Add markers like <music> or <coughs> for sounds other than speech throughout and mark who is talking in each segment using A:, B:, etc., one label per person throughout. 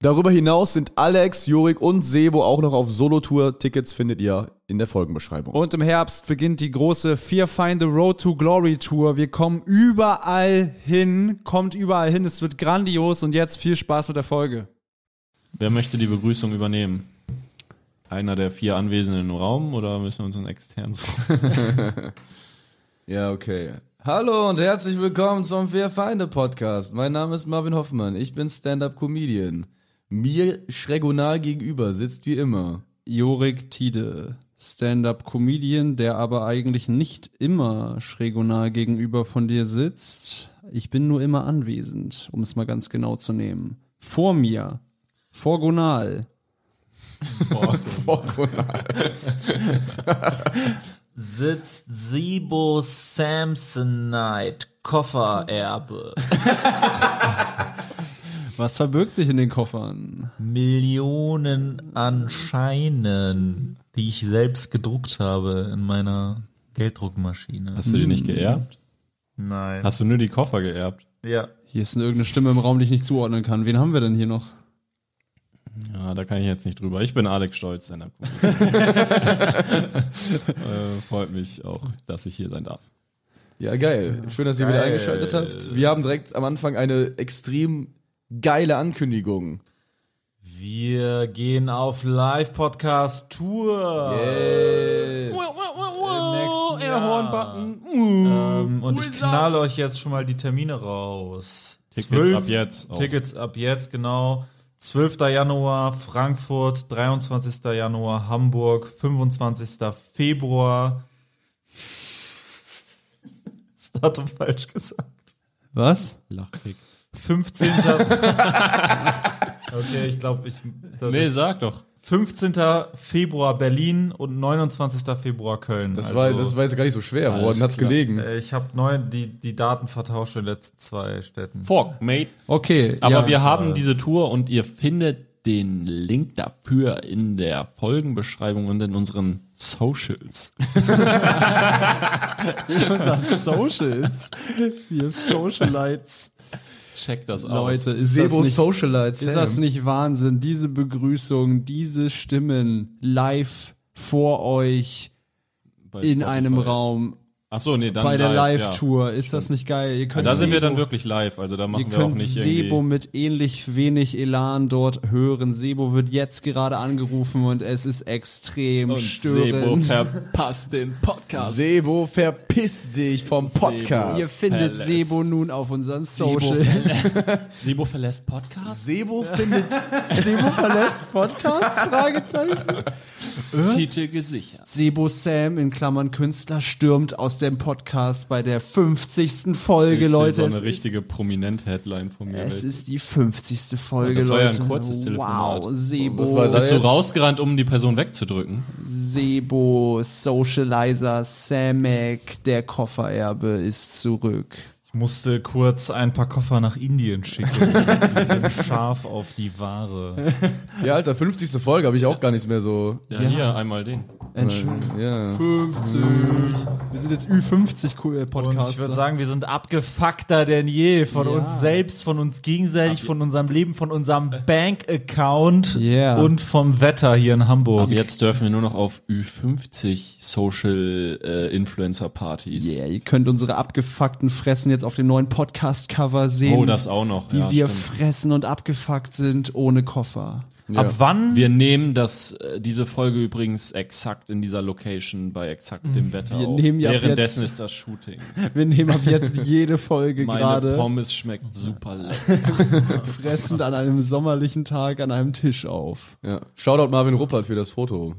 A: Darüber hinaus sind Alex, Jurik und Sebo auch noch auf Solo-Tour. Tickets findet ihr in der Folgenbeschreibung.
B: Und im Herbst beginnt die große Fear Find the Road to Glory Tour. Wir kommen überall hin, kommt überall hin. Es wird grandios und jetzt viel Spaß mit der Folge.
C: Wer möchte die Begrüßung übernehmen? Einer der vier Anwesenden im Raum oder müssen wir uns einen externen suchen?
A: Ja, okay. Hallo und herzlich willkommen zum Vier Feinde Podcast. Mein Name ist Marvin Hoffmann. Ich bin Stand-Up-Comedian. Mir schrägonal gegenüber sitzt wie immer.
B: Jorik Tiede, Stand-up-Comedian, der aber eigentlich nicht immer schrägonal gegenüber von dir sitzt. Ich bin nur immer anwesend, um es mal ganz genau zu nehmen. Vor mir, vorgonal.
D: sitzt Sibo Samsonite, Koffererbe,
B: Was verbirgt sich in den Koffern?
D: Millionen an Scheinen, die ich selbst gedruckt habe in meiner Gelddruckmaschine.
C: Hast du die nicht geerbt?
D: Nein.
C: Hm. Hast du nur die Koffer geerbt?
D: ja.
B: Hier ist irgendeine Stimme im Raum, die ich nicht zuordnen kann. Wen haben wir denn hier noch?
C: Ja, da kann ich jetzt nicht drüber. Ich bin Alex Stolz, stand
B: <laughs>
C: äh, Freut mich auch, dass ich hier sein darf.
A: Ja, geil. Schön, dass ihr wieder eingeschaltet habt. Wir haben direkt am Anfang eine extrem geile Ankündigung.
D: Wir gehen auf Live-Podcast-Tour. Im nächsten Jahr. Ähm, und ich knall euch jetzt schon mal die Termine raus.
C: Tickets ab jetzt auch.
D: Tickets ab jetzt, genau. 12. Januar Frankfurt, 23. Januar Hamburg, 25. Februar. <laughs> Das Datum falsch gesagt.
B: Was?
C: Lachkick.
D: 15.
C: <laughs>
D: <laughs> okay, ich glaube, ich. das
C: Nee,
D: ist-
C: sag doch.
D: 15. Februar Berlin und 29. Februar Köln. Also,
A: Das, war,
C: Also
A: das war jetzt gar nicht so schwer. Woran hat's gelegen?
D: äh, ich habe neu die, die Daten vertauscht in den letzten zwei Städten.
C: Fuck, mate.
B: Okay,
C: Aber
B: ja.
C: wir haben diese Tour und ihr findet den Link dafür in der Folgenbeschreibung und in unseren Socials.
B: <laughs> Socials. Wir Socialites.
C: Checkt das aus.
B: Leute, ist das nicht,
A: Socialite.
B: ist das nicht Wahnsinn? Diese Begrüßung, diese Stimmen live vor euch
C: Bei
B: in
C: Spotify.
B: einem Raum
C: Ach so, nee, dann
B: bei der
C: ja.
B: Live-Tour. Ist das nicht geil? Ihr könnt
C: Da sind wir
B: Sebo-
C: dann wirklich live, also da
B: Ihr
C: machen wir auch
B: könnt
C: nicht
B: Sebo
C: irgendwie.
B: mit ähnlich wenig Elan dort hören. Sebo wird jetzt gerade angerufen und es ist extrem
C: Und Sebo
B: störend.
C: verpasst den Podcast.
A: Sebo verpiss sich vom
B: Ihr
A: Podcast.
B: findet
C: verlässt.
B: Sebo nun auf unseren
C: Sebo,
B: Social. <laughs>
C: verlä- Sebo verlässt Podcast?
A: Sebo findet
B: Sebo verlässt Podcast? Fragezeichen.
C: Titel gesichert.
B: Sebo Sam in Klammern Künstler stürmt aus dem Podcast bei der 50. Folge,
C: ich
B: Leute.
C: sehe so
B: Es
C: eine
B: ist-
C: richtige Prominent-Headline von mir. Welt.
B: Es ist die 50. Folge,
C: Das war
B: Leute.
C: ja ein kurzes Telefonat.
B: Wow, Sebo,
A: Was war das?
C: Bist du rausgerannt, um die Person wegzudrücken?
B: Sebo, Socializer, Samek, der Koffererbe ist zurück.
D: Ich musste kurz ein paar Koffer nach Indien schicken. um die <laughs> sind scharf auf die Ware.
A: Ja, Alter, 50. Folge habe ich auch gar nichts mehr so.
C: Ja, hier, einmal den.
B: Entschuldigung.
A: Ja.
B: 50. Wir sind jetzt äh,
D: Und
B: Ü50-Podcast.
D: ich würde sagen, wir sind abgefuckter denn je. Von
B: Also, Ja.
D: uns selbst, von uns gegenseitig, von unserem Leben, von unserem Bank-Account
B: Yeah.
D: und vom Wetter hier in Hamburg.
C: Ab jetzt dürfen wir nur noch auf Ü50 Social äh, Influencer Partys.
B: Yeah, ihr könnt unsere abgefuckten Fressen jetzt auf dem neuen Podcast-Cover sehen.
C: Oh, das auch noch.
B: Wie
C: ja,
B: wir
C: stimmt.
B: fressen und abgefuckt sind ohne Koffer.
D: Ab wann?
C: wir nehmen das, äh, diese Folge übrigens exakt in dieser Location bei exakt dem Wetter
B: Mhm. Wir
C: auf.
B: nehmen ja ab
C: Währenddessen
B: jetzt-
C: ist das Shooting.
B: Wir nehmen ab jetzt jede Folge
C: Meine
B: gerade
C: Pommes schmeckt super lecker.
B: fressend an einem sommerlichen Tag an einem Tisch auf.
A: ja. Shoutout Marvin Ruppert für das Foto.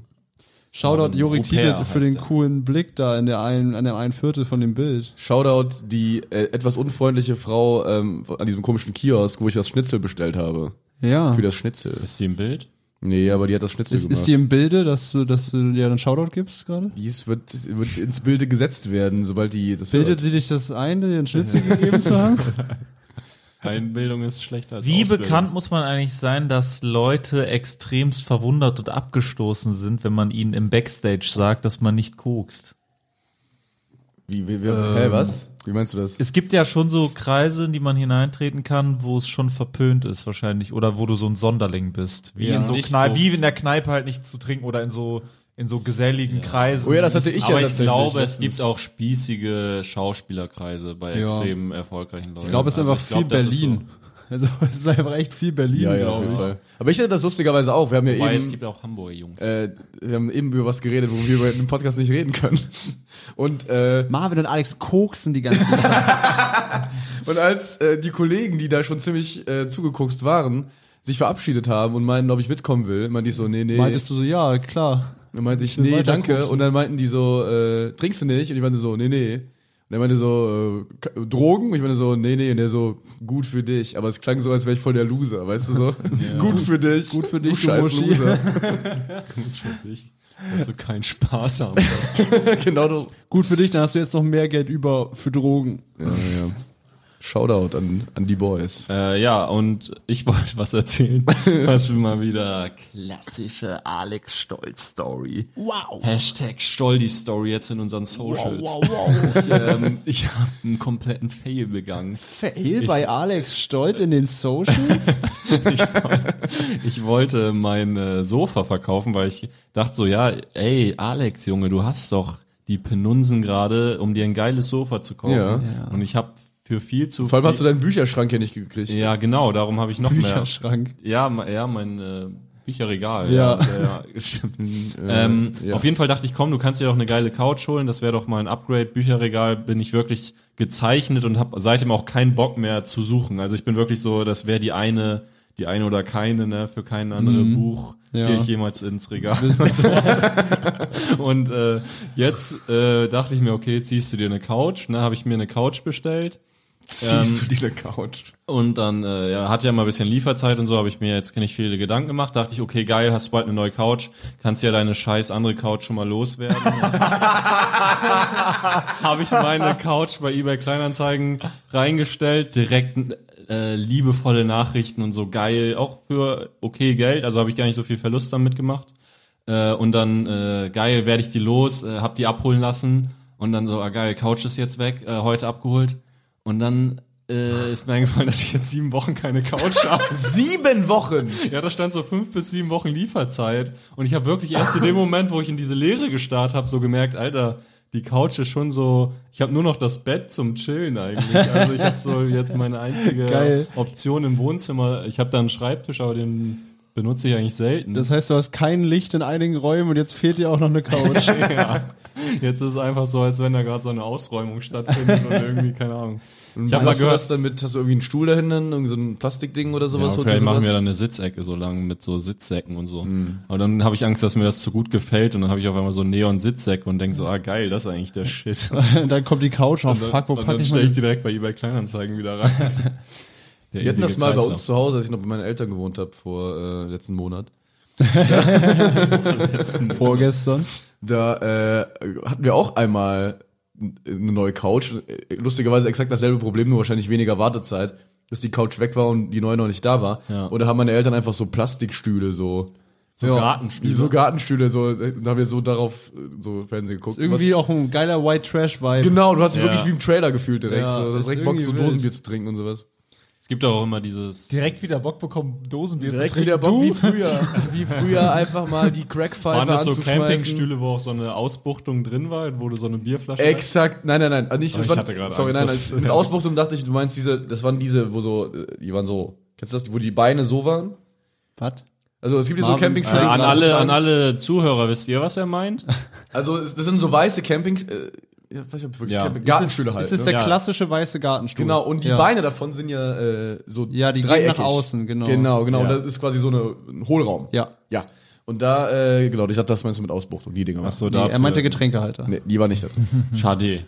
B: Shoutout
C: Marvin
B: Jorik
C: Rupert
B: Tiede für
C: heißt
B: den
C: er.
B: coolen Blick da in der einen, an dem einen Viertel von dem Bild.
A: Shoutout die äh, etwas unfreundliche Frau ähm, an diesem komischen Kiosk, wo ich das Schnitzel bestellt habe.
B: Ja.
A: Für das Schnitzel.
C: Ist sie im Bild?
A: Nee, aber die hat das Schnitzel
B: Ist,
A: gemacht.
B: ist die im Bilde, dass du, dass du dir einen Shoutout gibst gerade?
A: Dies wird, wird ins Bilde gesetzt werden, sobald die das
B: Bildet
A: hört.
B: sie dich das ein, dir einen <laughs> Schnitzel gegeben zu haben?
C: Einbildung ist schlechter als
D: Wie
C: Ausbildung.
D: bekannt muss man eigentlich sein, dass Leute extremst verwundert und abgestoßen sind, wenn man ihnen im Backstage sagt, dass man nicht kokst?
A: Wie, wie, wie,
B: Ähm,
A: hä, was? Wie meinst du das?
D: Es gibt ja schon so Kreise, in die man hineintreten kann, wo es schon verpönt ist wahrscheinlich oder wo du so ein Sonderling bist, wie
C: Ja.
D: in so
C: Nicht
D: Kneipe,
C: so-
D: wie in der Kneipe halt nicht zu trinken oder in so in so geselligen Kreisen.
A: Oh ja, das hatte ich ja
C: Aber ich
A: tatsächlich
C: glaube, es
A: letztens.
C: gibt auch spießige Schauspielerkreise bei
B: Ja.
C: extrem erfolgreichen Leuten.
B: Ich glaube, es ist
C: Also
B: einfach viel
C: glaub, das ist
B: Berlin. Also <laughs> es ist einfach echt viel Berlin,
A: ja, ja, auf
B: glaube
A: jeden
B: ich.
A: Fall. Aber ich hatte das lustigerweise auch. Wir haben ja
C: So. Wobei, es
A: eben,
C: gibt auch Hamburger Jungs.
A: äh, wir haben eben über was geredet, worüber wir über den Podcast nicht reden können. Und äh,
B: Marvin und Alex koksen die ganze Zeit.
A: Und als äh, die Kollegen, die da schon ziemlich äh, zugeguckt waren, sich verabschiedet haben und meinten, ob ich mitkommen will, meinte ich so, nee, nee.
B: Meintest du so, ja, klar.
A: dann meinte ich,
B: will
A: nee,
B: weiter ne?
A: danke.
B: koksen.
A: Und dann meinten die so, äh, trinkst du nicht? Und ich meinte so, nee, nee. Und er meinte so, äh, K- Drogen? Und ich meinte so, nee, nee. Und er so, gut für dich. Aber es klang so, als wäre ich voll der Loser, weißt du
B: <laughs>
A: so? Gut für dich. Gut
B: für dich, du
A: scheiß
B: Muschi.
A: Loser.
B: <laughs>
C: für dich. Dass du keinen Spaß haben <laughs> darfst.
A: genau so.
B: Gut für dich, dann hast du jetzt noch mehr Geld über für Drogen.
A: Ja, ja. Shoutout an, an die Boys.
C: äh, ja, und ich wollte was erzählen, was wir mal wieder klassische Alex Stolz-Story. Wow. Hashtag Stoldi-Story jetzt in unseren Socials. Wow, wow, wow. <laughs> Ich, ähm, ich habe einen kompletten Fail begangen.
B: Fail bei Alex Stolt in den Socials?
C: ich, wollte, ich wollte mein äh, Sofa verkaufen, weil ich dachte so, ja, ey, Alex, Junge, du hast doch die Penunsen gerade, um dir ein geiles Sofa zu kaufen.
A: Ja.
C: Und ich habe für viel zu
A: Vor allem hast du
C: viel,
A: deinen Bücherschrank hier nicht gekriegt.
C: Ja, genau, darum habe ich noch mehr.
B: Bücherschrank.
C: Ja, me- ja, mein äh, Bücherregal.
B: Ja.
C: ja, ja stimmt. ähm,
A: ja.
C: Auf jeden Fall dachte ich, komm, du kannst dir doch eine geile Couch holen, das wäre doch mal ein Upgrade. Bücherregal bin ich wirklich gezeichnet und habe seitdem auch keinen Bock mehr zu suchen. Also ich bin wirklich so, das wäre die eine, die eine oder keine, ne, für kein anderes Buch
B: Ja.
C: gehe ich jemals
A: <laughs>
C: ins Regal. <laughs> und äh, jetzt äh, dachte ich mir, okay, ziehst du dir eine Couch, ne, habe ich mir eine Couch bestellt. Ähm,
A: Siehst du die der Couch?
C: Und dann äh, ja, hat ja mal ein bisschen Lieferzeit und so, habe ich mir jetzt nicht viele Gedanken gemacht. Dachte ich, okay, geil, hast bald eine neue Couch, kannst ja deine scheiß andere Couch schon mal loswerden. habe ich meine Couch bei eBay Kleinanzeigen reingestellt, direkt äh, liebevolle Nachrichten und so geil, auch für okay Geld, also habe ich gar nicht so viel Verlust damit gemacht. Äh, und dann, äh, geil, werde ich die los, äh, hab die abholen lassen und dann so, ah geil, Couch ist jetzt weg, äh, heute abgeholt. Und dann äh, ist mir eingefallen, dass ich jetzt sieben Wochen keine Couch <laughs> habe.
A: Sieben Wochen!
C: ja, da stand so fünf bis sieben Wochen Lieferzeit. Und ich habe wirklich erst zu dem Moment, wo ich in diese Leere gestarrt habe, so gemerkt, Alter, die Couch ist schon so, ich habe nur noch das Bett zum Chillen eigentlich. Also ich habe so jetzt meine einzige
B: Geil.
C: Option im Wohnzimmer. Ich habe da einen Schreibtisch, aber den benutze ich eigentlich selten.
B: <laughs> Das heißt, du hast kein Licht in einigen Räumen und jetzt fehlt dir auch noch eine <laughs> Couch.
C: ja. Jetzt ist es einfach so, als wenn da gerade so eine Ausräumung stattfindet und irgendwie, keine Ahnung.
A: Ich hab mal gehört, hast du, dann mit, hast du irgendwie einen Stuhl dahin, dann, irgend so ein Plastikding oder
C: Ja,
A: sowas? holst du
C: vielleicht machen wir
A: sowas?
C: dann eine Sitzecke so lang mit so Sitzsäcken und so. Aber dann habe ich Angst, dass mir das zu gut gefällt und dann habe ich auf einmal so einen Neon-Sitzsäck und denke so, ah geil, das ist eigentlich der Shit.
B: Und dann kommt die Couch, oh fuck,
C: <laughs>
B: wo
C: und dann
B: packe ich
C: stelle ich
B: meine
C: die direkt bei eBay Kleinanzeigen wieder rein. Der
A: wir hatten das
C: ewige
A: mal bei
C: Kreislauf.
A: uns zu Hause, als ich noch bei meinen Eltern gewohnt habe, vor äh, letzten Monat.
C: <laughs>
B: vorgestern?
A: Da äh, hatten wir auch einmal eine neue Couch. Lustigerweise exakt dasselbe Problem, nur wahrscheinlich weniger Wartezeit, dass die Couch weg war und die neue noch nicht da war.
C: Ja.
A: Und da haben meine Eltern einfach so Plastikstühle, so.
C: So Gartenstühle.
A: So Gartenstühle, so. Da haben wir so darauf äh, so Fernsehen geguckt.
B: Irgendwie
A: Was-
B: auch ein geiler White Trash-Vibe.
A: Genau, du hast dich
C: Ja.
A: wirklich wie im Trailer gefühlt direkt.
B: Ja,
A: so, das
B: ist
A: direkt Bock, so
B: irgendwie
A: Dosenbier zu trinken und sowas.
C: Es gibt auch immer dieses
D: direkt wieder Bock bekommen, Dosenbier
A: Direkt wieder Bock wie früher. Wie früher einfach mal die
C: waren
A: Crackpfeife
C: das so
A: anzuschmeißen.
C: Campingstühle, wo auch so eine Ausbuchtung drin war, wo du so eine Bierflasche
A: Exakt, nein, nein, nein. Also nicht,
C: Oh,
A: das
C: ich
A: waren,
C: hatte gerade
A: sorry,
C: Angst,
A: nein,
C: dass- <laughs>
A: nein. Mit Ausbuchtung dachte ich, du meinst diese, das waren diese, wo so, äh, die waren so, kennst du das, wo die Beine so waren?
B: Was?
A: Also es gibt ja so
B: Marvin,
C: Äh,
A: Campingstühle. die
C: an,
A: so
C: alle,
A: lang-
C: an alle Zuhörer, wisst ihr, was er meint?
A: Also es- das sind so weiße Camping, äh, ja, weiß ich, ob wirklich
C: Ja.
A: Camping Gartenstühle halt.
B: Es ist
A: ne?
B: der
C: Ja.
B: klassische weiße Gartenstuhl.
A: Genau, und die
B: ja.
A: Beine davon sind ja äh, so
B: Ja, die gehen
A: dreieckig.
B: nach außen, genau.
A: Genau, genau.
C: Ja.
A: Und das ist quasi so eine, ein Hohlraum.
B: Ja.
A: Ja. Und da, äh, genau, ich dachte, das meinst du mit Ausbuchtung, die Dinger.
C: Ach so,
B: halt. Nee, er meinte Getränkehalter.
A: Nee, die war nicht da drin.
C: Schade.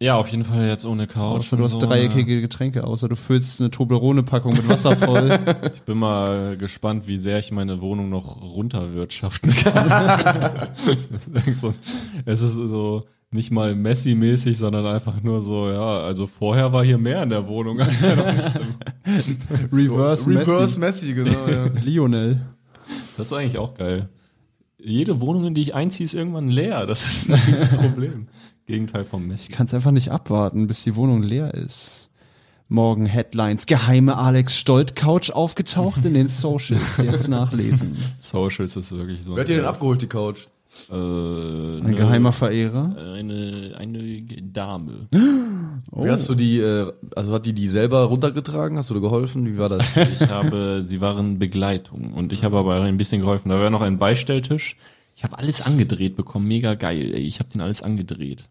C: Ja, auf jeden Fall jetzt ohne Couch.
B: Außer du
C: und
B: hast
C: so, ne?
B: dreieckige Getränke, außer du füllst eine Toblerone-Packung mit Wasser voll.
A: <laughs>
C: Ich bin mal gespannt, wie sehr ich meine Wohnung noch runterwirtschaften kann. Das ist echt so- es ist so nicht mal Messi-mäßig, sondern einfach nur so, ja, also vorher war hier mehr in der Wohnung. Als er noch nicht drin war.
B: Reverse,
A: Reverse
B: Reverse
A: Messi, genau. Ja.
B: Messi. Lionel.
C: das ist eigentlich auch geil. Jede Wohnung, in die ich einziehe, ist irgendwann leer. Das ist ein riesiges Problem. Gegenteil vom Messi.
B: Kannst einfach nicht abwarten, bis die Wohnung leer ist. Morgen Headlines. Geheime Alex Stolt Couch aufgetaucht in den
A: <laughs>
B: Socials. Jetzt nachlesen.
C: Socials ist wirklich so.
A: Wer hat die denn abgeholt, die Couch?
C: Äh, ein
B: Ein geheimer Verehrer.
C: Eine, eine Dame.
A: Wie hast du die, äh, also hat die die selber runtergetragen? Hast du da geholfen? Wie war das?
C: Ich habe, sie waren Begleitung und ich habe aber ein bisschen geholfen. Da war noch ein Beistelltisch. Ich habe alles angedreht bekommen, mega geil. Ey. Ich habe den alles angedreht.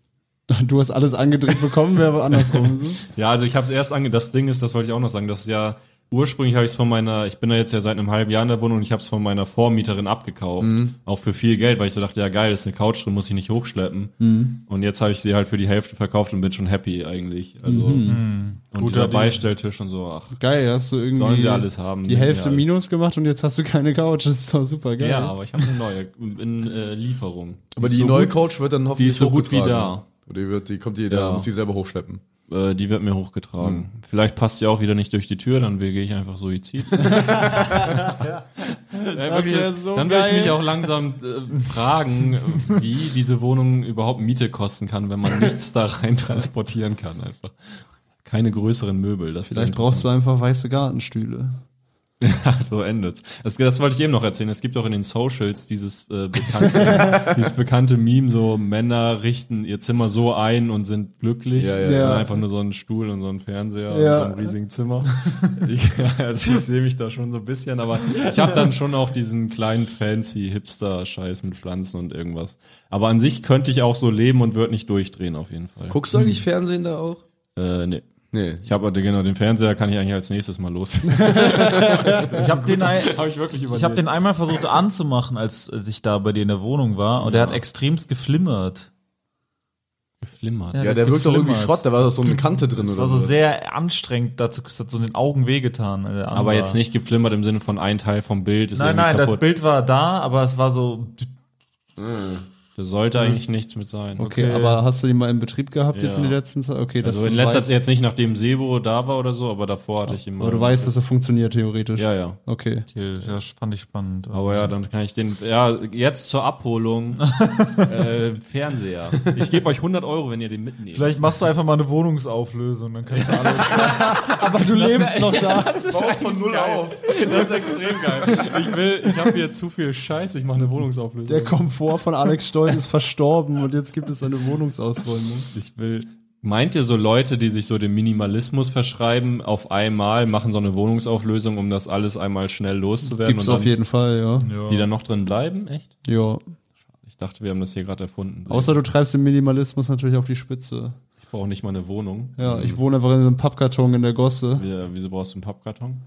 B: Du hast alles angedreht bekommen, wäre aber
A: <laughs>
B: andersrum. so.
C: Ja, also ich habe es erst ange. Das Ding ist, das wollte ich auch noch sagen, dass ja ursprünglich habe ich es von meiner. Ich bin da jetzt ja seit einem halben Jahr in der Wohnung und ich habe es von meiner Vormieterin abgekauft, auch für viel Geld, weil ich so dachte, ja geil, ist eine Couch drin, muss ich nicht hochschleppen. Und jetzt habe ich sie halt für die Hälfte verkauft und bin schon happy eigentlich. Also und dieser Beistelltisch und so. Ach,
B: Geil, hast du irgendwie
C: Sollen sie alles haben,
B: die
C: nehmen wir
B: Hälfte
C: alles.
B: Minus gemacht und jetzt hast du keine Couch. Das ist doch super geil.
C: ja, aber ich habe eine neue in äh, Lieferung.
A: Aber
C: Ist
A: die
C: so
A: neue
C: gut.
A: Couch wird dann hoffentlich
C: die ist so gut wie
A: hochgetragen. Die, wird, die kommt die, da
C: Ja.
A: muss die selber hochschleppen.
C: Äh, die wird mir hochgetragen.
B: Hm.
C: Vielleicht passt sie auch wieder nicht durch die Tür, dann gehe ich einfach
B: <laughs>
C: Suizid. Äh, wirklich,
B: wär so
C: dann würde ich
B: geil.
C: mich auch langsam äh, fragen, wie diese Wohnung überhaupt Miete kosten kann, wenn
B: <laughs>
C: man nichts da rein transportieren kann. Einfach keine größeren Möbel. Das
B: Vielleicht brauchst du einfach weiße Gartenstühle.
C: so endet's. Das, das wollte ich eben noch erzählen. Es gibt auch in den Socials dieses
A: <laughs>
C: äh, bekannte, dieses bekannte Meme, so Männer richten ihr Zimmer so ein und sind glücklich.
A: Ja, ja,
C: Und
B: ja.
C: Einfach nur so einen Stuhl und so einen Fernseher
B: Ja.
C: und so ein riesigen Zimmer. Ich, <laughs> also ich sehe mich da schon so ein bisschen, aber ich habe dann schon auch diesen kleinen fancy Hipster-Scheiß mit Pflanzen und irgendwas. Aber an sich könnte ich auch so leben und würde nicht durchdrehen auf jeden Fall.
A: Guckst du eigentlich Fernsehen da auch?
C: Äh, nee.
A: Nee.
C: Ich habe genau den Fernseher, kann ich eigentlich als nächstes
A: <laughs>
C: mal los.
D: Ich habe den, ein-
C: habe ich wirklich überlegt.
D: ich hab den einmal versucht anzumachen, als, als ich da bei dir in der Wohnung war. Und der hat extremst geflimmert.
C: geflimmert.
A: Ja, der
D: hat
A: wirkt doch irgendwie
D: geflimmert.
A: Schrott, da war doch so eine Kante drin
D: Das
A: oder
D: war so
A: so.
D: sehr anstrengend. Dazu es hat so den Augen wehgetan. äh,
C: Aber
D: Amber.
C: jetzt nicht geflimmert im Sinne von ein Teil vom Bild ist
D: Nein,
C: irgendwie
D: nein, das
C: kaputt.
D: Bild war da, aber es war so.
C: Da sollte eigentlich nichts mit sein.
B: Okay, aber hast du die mal im Betrieb gehabt jetzt in
C: Ja.
B: den letzten Zeit? Okay,
C: Also
B: du
C: in letzter
B: weißt-
C: Zeit jetzt nicht, nachdem Sebo da war oder so, aber davor hatte ich immer.
B: Aber du weißt, dass er funktioniert, theoretisch.
C: Ja, ja.
B: Okay.
D: Ja, das fand ich spannend.
C: Aber ja, dann kann ich den. Ja, jetzt zur
B: <laughs>
C: Abholung. äh, Fernseher. Ich gebe euch 100 Euro, wenn ihr den mitnehmt.
D: Vielleicht machst du einfach mal eine Wohnungsauflösung,
C: <laughs>
D: dann kannst du alles.
B: Aber du lebst noch da.
A: Baust von null auf.
C: das ist extrem geil. Ich will, ich habe hier zu viel Scheiß, ich mache eine Wohnungsauflösung.
B: Der Komfort von Alex Stolt ist verstorben und jetzt gibt es eine Wohnungsausräumung.
C: Ich will. Meint ihr so Leute, die sich so dem Minimalismus verschreiben, auf einmal machen so eine Wohnungsauflösung, um das alles einmal schnell loszuwerden
B: Gibt's
C: und
B: auf
C: dann,
B: jeden Fall, ja.
C: die dann noch drin bleiben? Echt?
B: Ja.
C: Ich dachte, wir haben das hier gerade erfunden.
B: Außer du treibst den Minimalismus natürlich auf die Spitze.
C: ich brauche nicht mal eine Wohnung.
B: Ja, ich wohne einfach in einem Pappkarton in der Gosse,
C: Wie- Wieso brauchst du einen Pappkarton?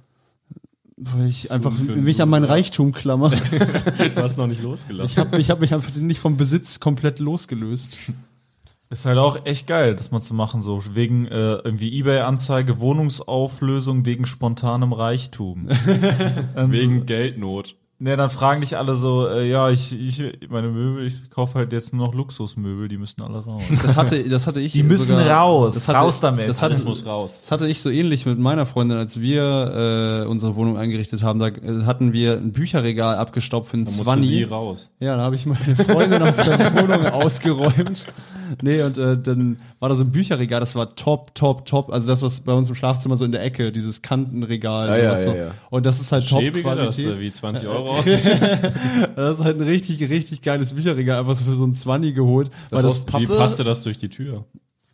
B: weil ich einfach
C: für einen
B: mich
C: Duden,
B: an mein
C: ja.
B: Reichtum klammer.
C: Du hast noch nicht
B: Ich
C: losgelassen.
B: habe ich hab mich einfach nicht vom Besitz komplett losgelöst.
D: Ist halt auch echt geil, das mal zu machen, so wegen äh, irgendwie Ebay-Anzeige, Wohnungsauflösung, wegen spontanem Reichtum.
B: Ähm,
C: Wegen Geldnot.
D: ne, dann fragen dich alle so, äh, ja, ich, ich, meine Möbel, ich kaufe halt jetzt nur noch Luxusmöbel, die müssen alle raus.
B: Das hatte, das hatte ich.
D: Die müssen raus, raus damit.
B: Das hatte,
C: raus.
B: Das hatte ich so ähnlich mit meiner Freundin, als wir äh, unsere Wohnung eingerichtet haben. Da äh, hatten wir ein Bücherregal abgestopft für einen
C: Dann musst du sie
B: Zwanni.
C: raus.
B: Ja, da habe ich meine Freundin aus der
D: <laughs>
B: Wohnung ausgeräumt. Nee, und äh, dann war da so ein Bücherregal, das war top, top, top. Also das, was bei uns im Schlafzimmer so in der Ecke, dieses Kantenregal.
A: Ja, ja,
B: sowas
A: ja,
B: so.
A: ja.
B: Und das ist halt
C: Schäbiger, dass du
B: Top-Qualität. Äh,
C: wie 20
B: <laughs>
C: Euro aussieht.
B: Das ist halt ein richtig, richtig geiles Bücherregal, einfach so für so einen Zwanni geholt. weil das
A: aus
C: Wie passte das durch die Tür?
B: <coughs>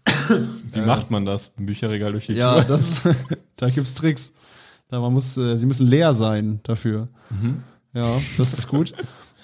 C: Wie macht man das? Ein Bücherregal durch die
B: Äh, Ja,
C: Tür?
B: das ist, da gibt's Tricks. Da man muss, äh, sie müssen leer sein dafür. Ja, das ist gut.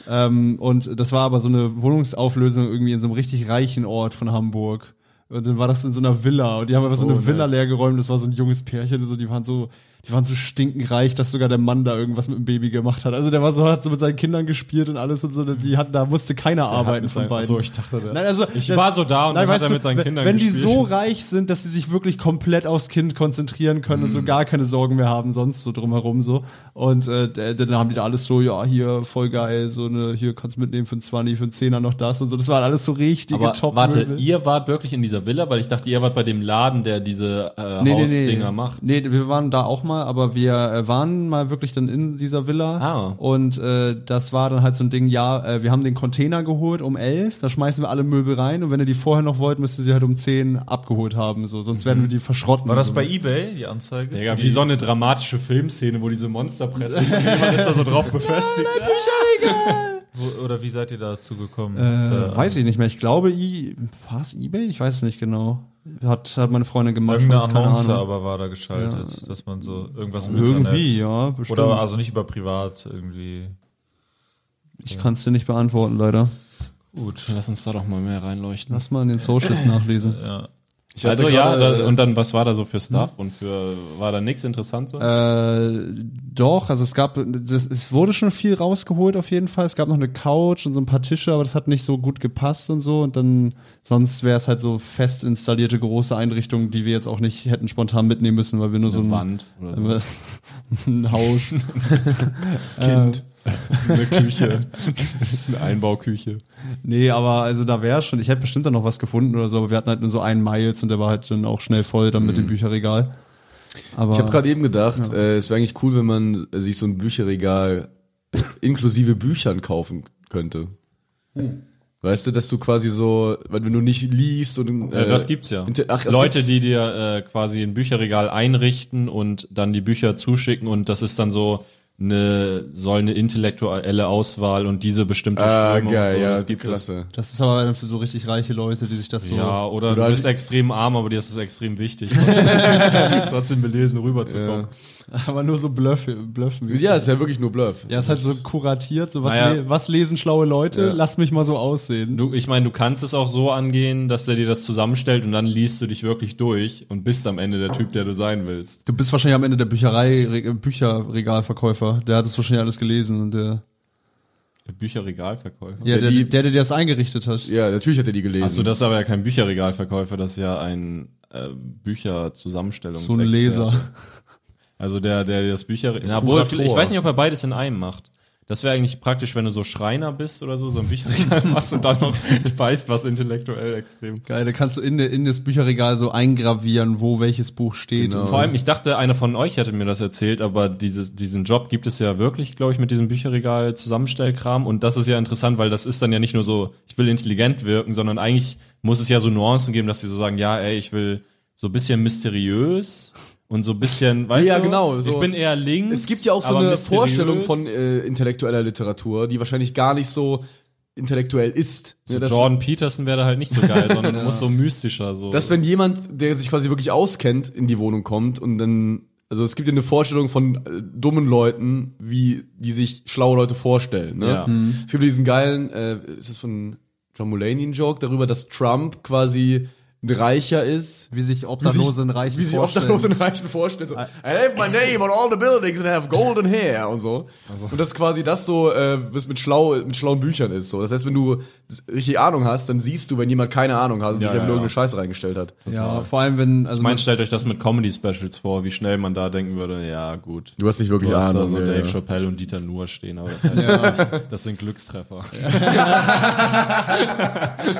B: ähm, und das war aber so eine Wohnungsauflösung irgendwie in so einem richtig reichen Ort von Hamburg. Und dann war das in so einer Villa und die haben einfach so eine
A: nice.
B: Villa leer geräumt. Das war so ein junges Pärchen und so, die waren so, Die waren so stinkend reich, dass sogar der Mann da irgendwas mit dem Baby gemacht hat. Also der war so, hat so mit seinen Kindern gespielt und alles und so. Die hatten, da musste keiner arbeiten von beiden.
C: So, ich dachte, der-
B: Nein, also,
C: ich
B: das-
C: war so da und dann hat
B: weißt
C: er
B: du,
C: mit seinen
B: wenn-
C: Kindern
B: Wenn die
C: gespielt.
B: so reich sind, dass sie sich wirklich komplett aufs Kind konzentrieren können
C: Mhm.
B: und so gar keine Sorgen mehr haben, sonst so drumherum so. Und äh, d- dann haben die da alles so, ja, hier voll geil, so eine, hier kannst du mitnehmen für einen 20, für einen Zehner noch das und so. Das waren alles so richtige
C: Aber warte,
B: Top-Möbel.
C: ihr wart wirklich in dieser Villa, weil ich dachte, ihr wart bei dem Laden, der diese äh,
B: Nee, nee,
C: Hausdinger
B: nee.
C: macht.
B: Nee, wir waren da auch mal, aber wir äh, waren mal wirklich dann in dieser Villa.
C: Ah.
B: Und äh, das war dann halt so ein Ding, ja, äh, wir haben den Container geholt um elf, da schmeißen wir alle Möbel rein und wenn ihr die vorher noch wollt, müsst ihr sie halt um zehn abgeholt haben, so, sonst werden wir die verschrotten.
D: Mhm. War das
B: so.
D: bei E- eBay, die Anzeige?
C: Digga, wie so eine dramatische Filmszene, wo diese Monsterpresse
B: <laughs>
C: ist und jemand ist da so drauf befestigt.
D: <laughs> Wo, oder wie seid ihr dazu gekommen?
B: äh, weiß ich nicht mehr, ich glaube, i- war es Ebay? Ich weiß es nicht genau. Hat, hat meine Freundin gemacht.
D: Irgendeine
B: hab ich keine
D: Annonce
B: Ahnung.
D: aber war da geschaltet, dass man so irgendwas im
B: Irgendwie,
D: Internet-
B: ja, bestimmt.
D: Oder also nicht über privat irgendwie.
B: ich kann es dir nicht beantworten, leider.
C: Gut, lass uns da doch mal mehr reinleuchten.
B: Lass mal in
D: <laughs>
B: den Socials nachlesen.
A: Ich hatte
C: Also ja,
A: gerade,
C: da,
A: äh, hm?
C: und dann was war da so für Stuff und für war da nichts interessant
A: Ähm,
C: so?
B: Äh, doch, also es gab, das, es wurde schon viel rausgeholt auf jeden Fall. Es gab noch eine Couch und so ein paar Tische, aber das hat nicht so gut gepasst und so. Und dann, sonst wäre es halt so fest installierte große Einrichtungen, die wir jetzt auch nicht hätten spontan mitnehmen müssen, weil wir nur so ein,
C: Wand oder
A: <laughs>
C: so.
B: äh, <laughs> ein Haus.
A: Kind.
C: eine Küche, eine Einbauküche.
B: Nee, aber also da wäre schon, ich hätte bestimmt dann noch was gefunden oder so, aber wir hatten halt nur so einen Miles und der war halt dann auch schnell voll dann mit
C: Mhm.
B: dem Bücherregal. Aber
A: Ich habe gerade eben gedacht, äh, es wäre eigentlich cool, wenn man äh, sich so ein Bücherregal <laughs> inklusive Büchern kaufen könnte.
C: Hm.
A: Weißt du, dass du quasi so, weil wenn du nicht liest und
C: Äh, das gibt's ja.
A: Inter- ach, das
C: Leute,
A: gibt's?
C: die dir äh, quasi ein Bücherregal einrichten und dann die Bücher zuschicken und das ist dann so eine soll eine intellektuelle Auswahl und diese bestimmte
A: ah,
C: Strömung und
A: geil,
C: so,
A: ja,
C: das gibt es.
A: klasse.
B: das ist aber dann für so richtig reiche Leute, die sich das so
C: Ja, oder,
A: Oder
C: du
A: halt-
C: bist extrem arm, aber dir ist es extrem wichtig, trotzdem belesen rüberzukommen.
B: Aber nur so Bluff, Bluffen.
A: Ja, ist ja wirklich nur Bluff.
B: Ja, ist halt so kuratiert, so was,
C: Naja.
B: le was lesen schlaue Leute,
A: Ja.
B: lass mich mal so aussehen.
C: Du, ich meine, du kannst es auch so angehen, dass der dir das zusammenstellt und dann liest du dich wirklich durch und bist am Ende der Typ, der du sein willst.
B: Du bist wahrscheinlich am Ende der Bücherei, Re- Bücherregalverkäufer, der hat das wahrscheinlich alles gelesen und der,
C: Der Bücherregalverkäufer.
B: ja,
A: Der
B: der, der,
A: Dieb.
B: der, dir das eingerichtet hat.
A: Ja, natürlich hat er die gelesen.
C: Achso, das ist aber ja kein Bücherregalverkäufer, das ist ja ein äh, Bücherzusammenstellung.
B: So ein Leser.
C: Also der, der dir das Bücher. Na, obwohl,
A: Kurator.
C: ich weiß nicht, ob er beides in einem macht. Das wäre eigentlich praktisch, wenn du so Schreiner bist oder so, so ein Bücherregal <laughs> machst und dann noch weißt, was intellektuell extrem
B: Geil, da kannst du in, in das Bücherregal so eingravieren, wo welches Buch steht.
A: Genau.
B: und so.
C: Vor allem, ich dachte, einer von euch hätte mir das erzählt, aber dieses, diesen Job gibt es ja wirklich, glaube ich, mit diesem Bücherregal Zusammenstellkram. Und das ist ja interessant, weil das ist dann ja nicht nur so, ich will intelligent wirken, sondern eigentlich muss es ja so Nuancen geben, dass sie so sagen, ja, ey, ich will so ein bisschen mysteriös und so ein bisschen, weißt
A: Ja,
C: du,
A: genau, so.
C: ich bin eher links.
A: Es gibt ja auch so
C: aber
A: eine
C: mysteriös.
A: Vorstellung von äh, intellektueller Literatur, die wahrscheinlich gar nicht so intellektuell ist.
C: So
A: Ja, dass,
C: Jordan Peterson wäre da halt nicht so geil,
A: <laughs>
C: sondern muss so mystischer so.
A: dass wenn jemand, der sich quasi wirklich auskennt, in die Wohnung kommt und dann, also es gibt ja eine Vorstellung von äh, dummen Leuten, wie die sich schlaue Leute vorstellen. Ne?
C: Ja.
A: Es gibt diesen geilen, äh, ist das von John Mulaney ein Joke darüber, dass Trump quasi ein Reicher ist.
B: wie sich Obdachlose in Reichen
A: wie sich
B: vorstellen.
A: Obdachlose in Reichen vorstellen. So, I have my name on all the buildings and have golden hair und so.
C: Also.
A: Und das quasi das so, äh, was mit, schlau, mit schlauen Büchern ist. So. Das heißt, wenn du s- richtig Ahnung hast, dann siehst du, wenn jemand keine Ahnung hat und sich
C: ja,
A: einfach nur
C: ja.
A: irgendeine Scheiße reingestellt hat.
B: ja, vor allem wenn, also
C: ich meine, stellt euch das mit Comedy-Specials vor, wie schnell man da denken würde, ja gut.
A: Du hast nicht wirklich
C: Du hast da
A: Ahnung.
C: so
A: ja,
C: Dave
A: ja.
C: Chappelle und Dieter Nuhr stehen, <laughs> aber das heißt ja. nicht, das sind Glückstreffer. <laughs>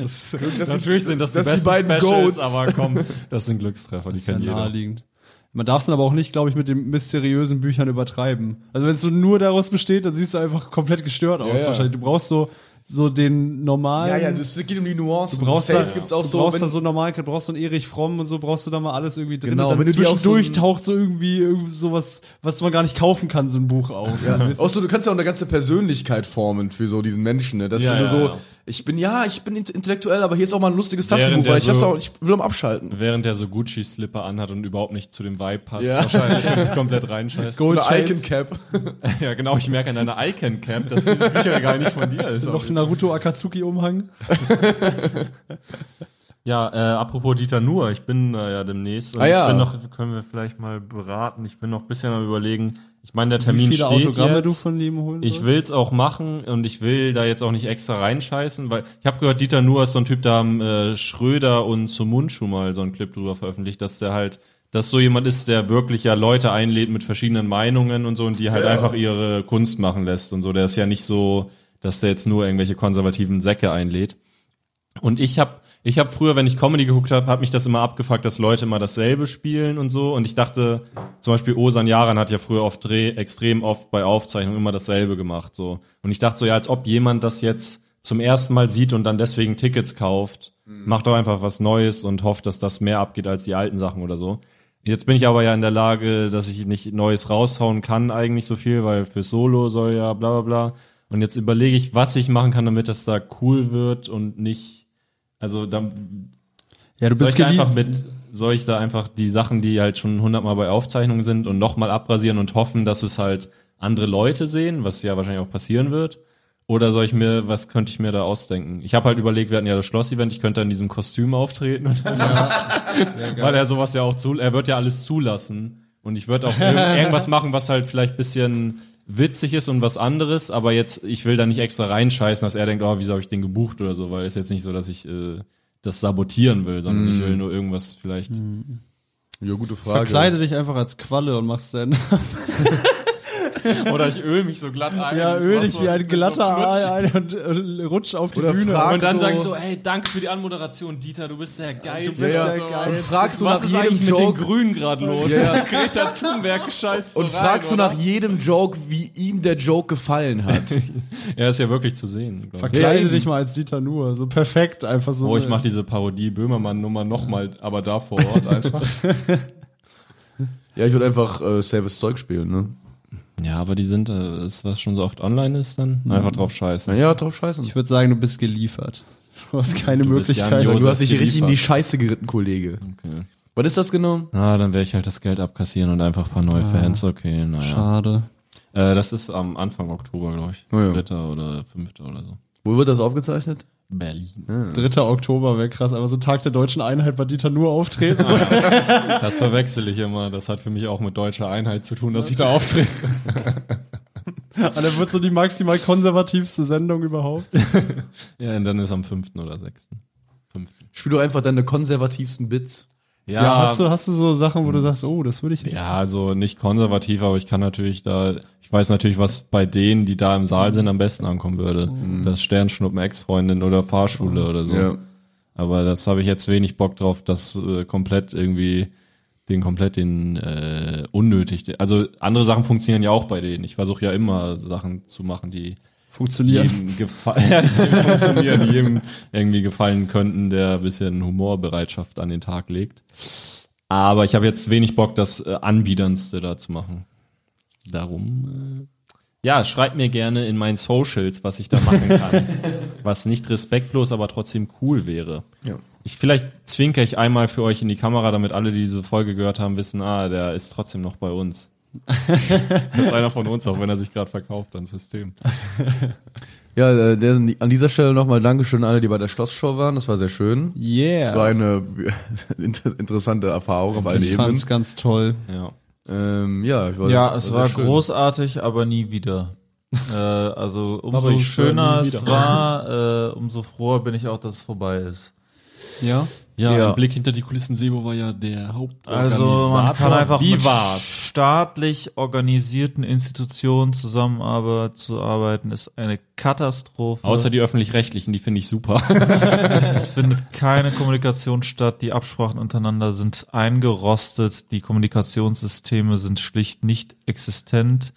C: das ist, natürlich sind das,
A: das
C: die
A: sind die
C: besten
A: beiden
C: Specials,
A: Goats.
C: aber komm, das sind Glückstreffer, die
B: Ja,
C: kennt jeder.
B: naheliegend. Man darf es aber auch nicht, glaube ich, mit den mysteriösen Büchern übertreiben. Also wenn es so nur daraus besteht, dann siehst du einfach komplett gestört aus.
A: ja.
B: Wahrscheinlich. Du brauchst so, so den normalen.
A: ja, ja, das geht um die Nuancen.
B: du brauchst
A: Safe
B: da,
A: gibt's auch
B: du
A: so,
B: brauchst
A: wenn,
B: da so normal, du brauchst so einen Erich Fromm und so brauchst du da mal alles irgendwie drin.
A: Genau,
B: und dann
A: wenn du dir auch so
B: zwischendurch
A: ein-
B: taucht so irgendwie, irgendwie sowas, was man gar nicht kaufen kann, so ein Buch auf. So ein bisschen.
A: Auch so, du kannst ja Oh, auch eine ganze Persönlichkeit formen für so diesen Menschen, ne? Dass
C: Ja,
A: wenn du
C: ja,
A: so,
C: ja.
A: ich bin, ja, ich bin int- intellektuell, aber hier ist auch mal ein lustiges
C: Während
A: Taschenbuch,
C: der
A: weil ich, das
C: so-
A: auch, ich will am Abschalten.
C: Während der so Gucci-Slipper anhat und überhaupt nicht zu dem Vibe passt,
A: Ja.
C: wahrscheinlich und komplett reinscheißt.
A: So
B: Gold
A: eine
B: Chains.
A: Icon Cap.
C: <laughs> Ja, genau, ich merke an deiner Icon-Camp, dass dieses Bücherregal nicht von dir ist.
B: Noch Naruto Akatsuki Umhang.
C: Ja, äh, apropos Dieter Nuhr, ich bin da ja demnächst. und
A: Ah, ja.
C: Ich bin noch, können wir vielleicht mal beraten. Ich bin noch ein bisschen am überlegen. Ich meine, der Termin
B: Wie viele
C: steht
B: Autogramme
C: jetzt.
B: du von ihm holen
C: Ich
B: willst?
C: will's auch machen und ich will da jetzt auch nicht extra reinscheißen, weil ich habe gehört, Dieter Nuhr ist so ein Typ, da haben äh, Schröder und Sumunchu mal so einen Clip drüber veröffentlicht, dass der halt, dass so jemand ist, der wirklich ja Leute einlädt mit verschiedenen Meinungen und so und die halt einfach ihre Kunst machen lässt und so. Der ist ja nicht so, dass der jetzt nur irgendwelche konservativen Säcke einlädt. Und ich habe ich hab früher, wenn ich Comedy geguckt habe, hat mich das immer abgefuckt, dass Leute immer dasselbe spielen und so. Und ich dachte, zum Beispiel Osan Yaran hat ja früher oft Dreh, extrem oft bei Aufzeichnungen immer dasselbe gemacht. so Und ich dachte so, ja, als ob jemand das jetzt zum ersten Mal sieht und dann deswegen Tickets kauft. Macht doch einfach was Neues und hofft, dass das mehr abgeht als die alten Sachen oder so. Jetzt bin ich aber ja in der Lage, dass ich nicht Neues raushauen kann, eigentlich so viel, weil für Solo soll ja bla bla bla. Und jetzt überlege ich, was ich machen kann, damit das da cool wird und nicht. Also dann
B: Ja, du
C: soll
B: bist
C: ich da
B: geliebt.
C: einfach mit, soll ich da einfach die Sachen, die halt schon hundertmal bei Aufzeichnungen sind und nochmal abrasieren und hoffen, dass es halt andere Leute sehen, was ja wahrscheinlich auch passieren wird. Oder soll ich mir, was könnte ich mir da ausdenken? Ich habe halt überlegt, wir hatten ja das Schloss-Event, ich könnte in diesem Kostüm auftreten. weil er sowas ja auch zu, er wird ja alles zulassen. Und ich würde auch irg- irgendwas machen, was halt vielleicht ein bisschen witzig ist und was anderes, aber jetzt, ich will da nicht extra reinscheißen, dass er denkt, oh, wieso habe ich den gebucht oder so, weil es ist jetzt nicht so, dass ich äh, das sabotieren will, sondern ich will nur irgendwas vielleicht.
A: Ja, gute Frage.
B: Verkleide dich einfach als Qualle und machst dann.
C: <laughs> Oder ich öle mich so glatt ein.
B: ja,
C: Ich
B: öl
C: mach
B: dich
C: so-
B: wie ein
C: mit
B: glatter
C: Flutsch.
B: Aal ein und, und rutsch auf die
A: Oder
B: Bühne.
A: frag
C: Und dann
A: so-
C: sag ich so, ey, danke für die Anmoderation, Dieter, du bist der Geilste.
A: ja, ja.
B: der
A: Und
B: Geilste.
A: fragst du
C: Was
A: nach
C: ist
A: jedem
C: eigentlich mit den
A: Joke
C: Grünen gerade los?
A: Ja, ja.
C: <laughs> Greta Thunberg scheißt so
A: und
C: rein,
A: fragst du
C: oder?
A: nach jedem Joke, wie ihm der Joke gefallen hat.
C: Er ist ja wirklich zu sehen. glaub ich.
B: Verkleide
A: Ja, eben.
B: dich mal als Dieter Nuhr. So perfekt, einfach so.
C: Oh, ich mach diese Parodie Böhmermann-Nummer nochmal, aber da vor Ort einfach.
A: <laughs> ja, ich würde einfach äh, Service Zeug spielen, ne?
C: <laughs> ja, aber die sind, äh, ist was schon so oft online ist dann, einfach drauf scheißen.
A: Naja, drauf scheißen.
B: Ich würde sagen, du bist geliefert. <laughs> Du hast keine
C: Du bist ja ein
B: Möglichkeit.
C: Josef.
A: du hast dich richtig in die
C: geliefert.
A: Scheiße geritten, Kollege.
C: Okay.
A: Was ist das genau?
C: Ah, dann werde ich halt das Geld abkassieren und einfach ein paar neue Fans, okay, naja.
B: Ah. Schade. Oh
C: Äh, das ist am Anfang Oktober, glaube ich.
A: Ah, ja.
C: Dritter oder fünfter oder so.
A: Wo wird das aufgezeichnet?
C: Berlin.
B: 3. Oktober wäre krass, aber so Tag der deutschen Einheit bei Dieter Nuhr auftreten.
C: <laughs>
B: So.
C: Das verwechsel ich immer. Das hat für mich auch mit deutscher Einheit zu tun, dass ich <laughs> da auftrete.
B: Und dann wird so die maximal konservativste Sendung überhaupt.
C: Ja, und dann ist am fünften oder sechsten. Fünften.
A: Spiel doch einfach deine konservativsten Bits.
B: Ja, hast, du, hast du so Sachen, wo du sagst, oh, das würde ich jetzt.
C: Ja, also nicht konservativ, aber ich kann natürlich da, ich weiß natürlich, was bei denen, die da im Saal sind, am besten ankommen würde. Das Sternschnuppen, Ex-Freundin oder Fahrschule oder so.
A: Ja.
C: Aber das habe ich jetzt wenig Bock drauf, das äh, komplett irgendwie, den komplett den äh, unnötig. Also andere Sachen funktionieren ja auch bei denen. Ich versuche ja immer Sachen zu machen, die
B: Funktioniert.
C: jedem gefallen, <laughs> ja, die funktionieren, die jedem irgendwie gefallen könnten, der ein bisschen Humorbereitschaft an den Tag legt. Aber ich habe jetzt wenig Bock, das äh, Anbiedernste da zu machen. Darum, äh, ja, schreibt mir gerne in meinen Socials, was ich da machen kann. was nicht respektlos, aber trotzdem cool wäre.
A: Ja.
C: Ich, vielleicht zwinker ich einmal für euch in die Kamera, damit alle, die diese Folge gehört haben, wissen, ah, der ist trotzdem noch bei uns. das ist einer von uns, auch wenn er sich gerade verkauft ans System.
A: Ja, äh, der, an dieser Stelle nochmal Dankeschön an alle, die bei der Schlossshow waren. Das war sehr schön.
B: Yeah.
A: Das war eine <laughs> inter interessante Erfahrung auf allen
B: ich fand's
A: Ebenen.
B: ganz toll.
C: Ja.
A: Ähm, ja, ich war,
D: Ja, es
A: sehr
D: war
A: schön.
D: großartig, aber nie wieder.
C: <laughs>
D: äh, also umso
B: ich schwör,
D: schöner
B: nie
D: es
B: wieder.
D: war, äh, umso froher bin ich auch, dass es vorbei ist.
B: Ja.
C: Ja,
D: Ja.
C: ein Blick hinter die Kulissen Sebo war ja der
D: Also
C: Hauptorganisator.
D: man kann einfach
C: Wie
D: mit
C: war's?
D: staatlich organisierten Institutionen zusammenarbeiten zu arbeiten, ist eine Katastrophe.
C: Außer die öffentlich-rechtlichen, die finde ich super.
D: es findet keine Kommunikation statt, die Absprachen untereinander sind eingerostet, die Kommunikationssysteme sind schlicht nicht existent.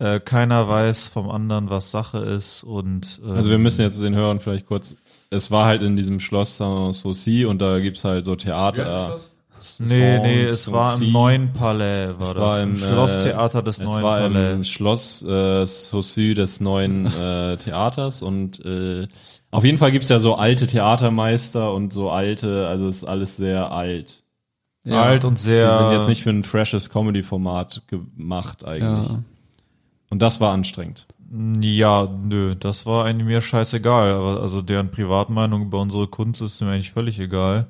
D: Äh, keiner weiß vom anderen, was Sache ist und äh,
C: <laughs> Also wir müssen jetzt den Hörern vielleicht kurz. Es war halt in diesem Schloss Sanssouci und da gibt's halt so Theater.
D: Nee, nee, es
C: Sanssouci.
D: war im neuen Palais, war
C: Es
D: das.
C: war
D: im,
C: im, äh,
D: Schlosstheater des
C: es
D: neuen
C: war
D: Palais.
C: im Schloss äh, Saussure des neuen
D: <laughs>
C: äh, Theaters und äh, auf jeden Fall gibt's ja so alte Theatermeister und so alte, also ist alles sehr alt.
D: Alt und sehr.
C: Die sind jetzt nicht für ein freshes Comedy-Format gemacht eigentlich.
B: Ja.
C: Und das war anstrengend.
D: Ja, nö, das war eigentlich mir scheißegal. Aber also deren Privatmeinung über unsere Kunst ist mir eigentlich völlig egal.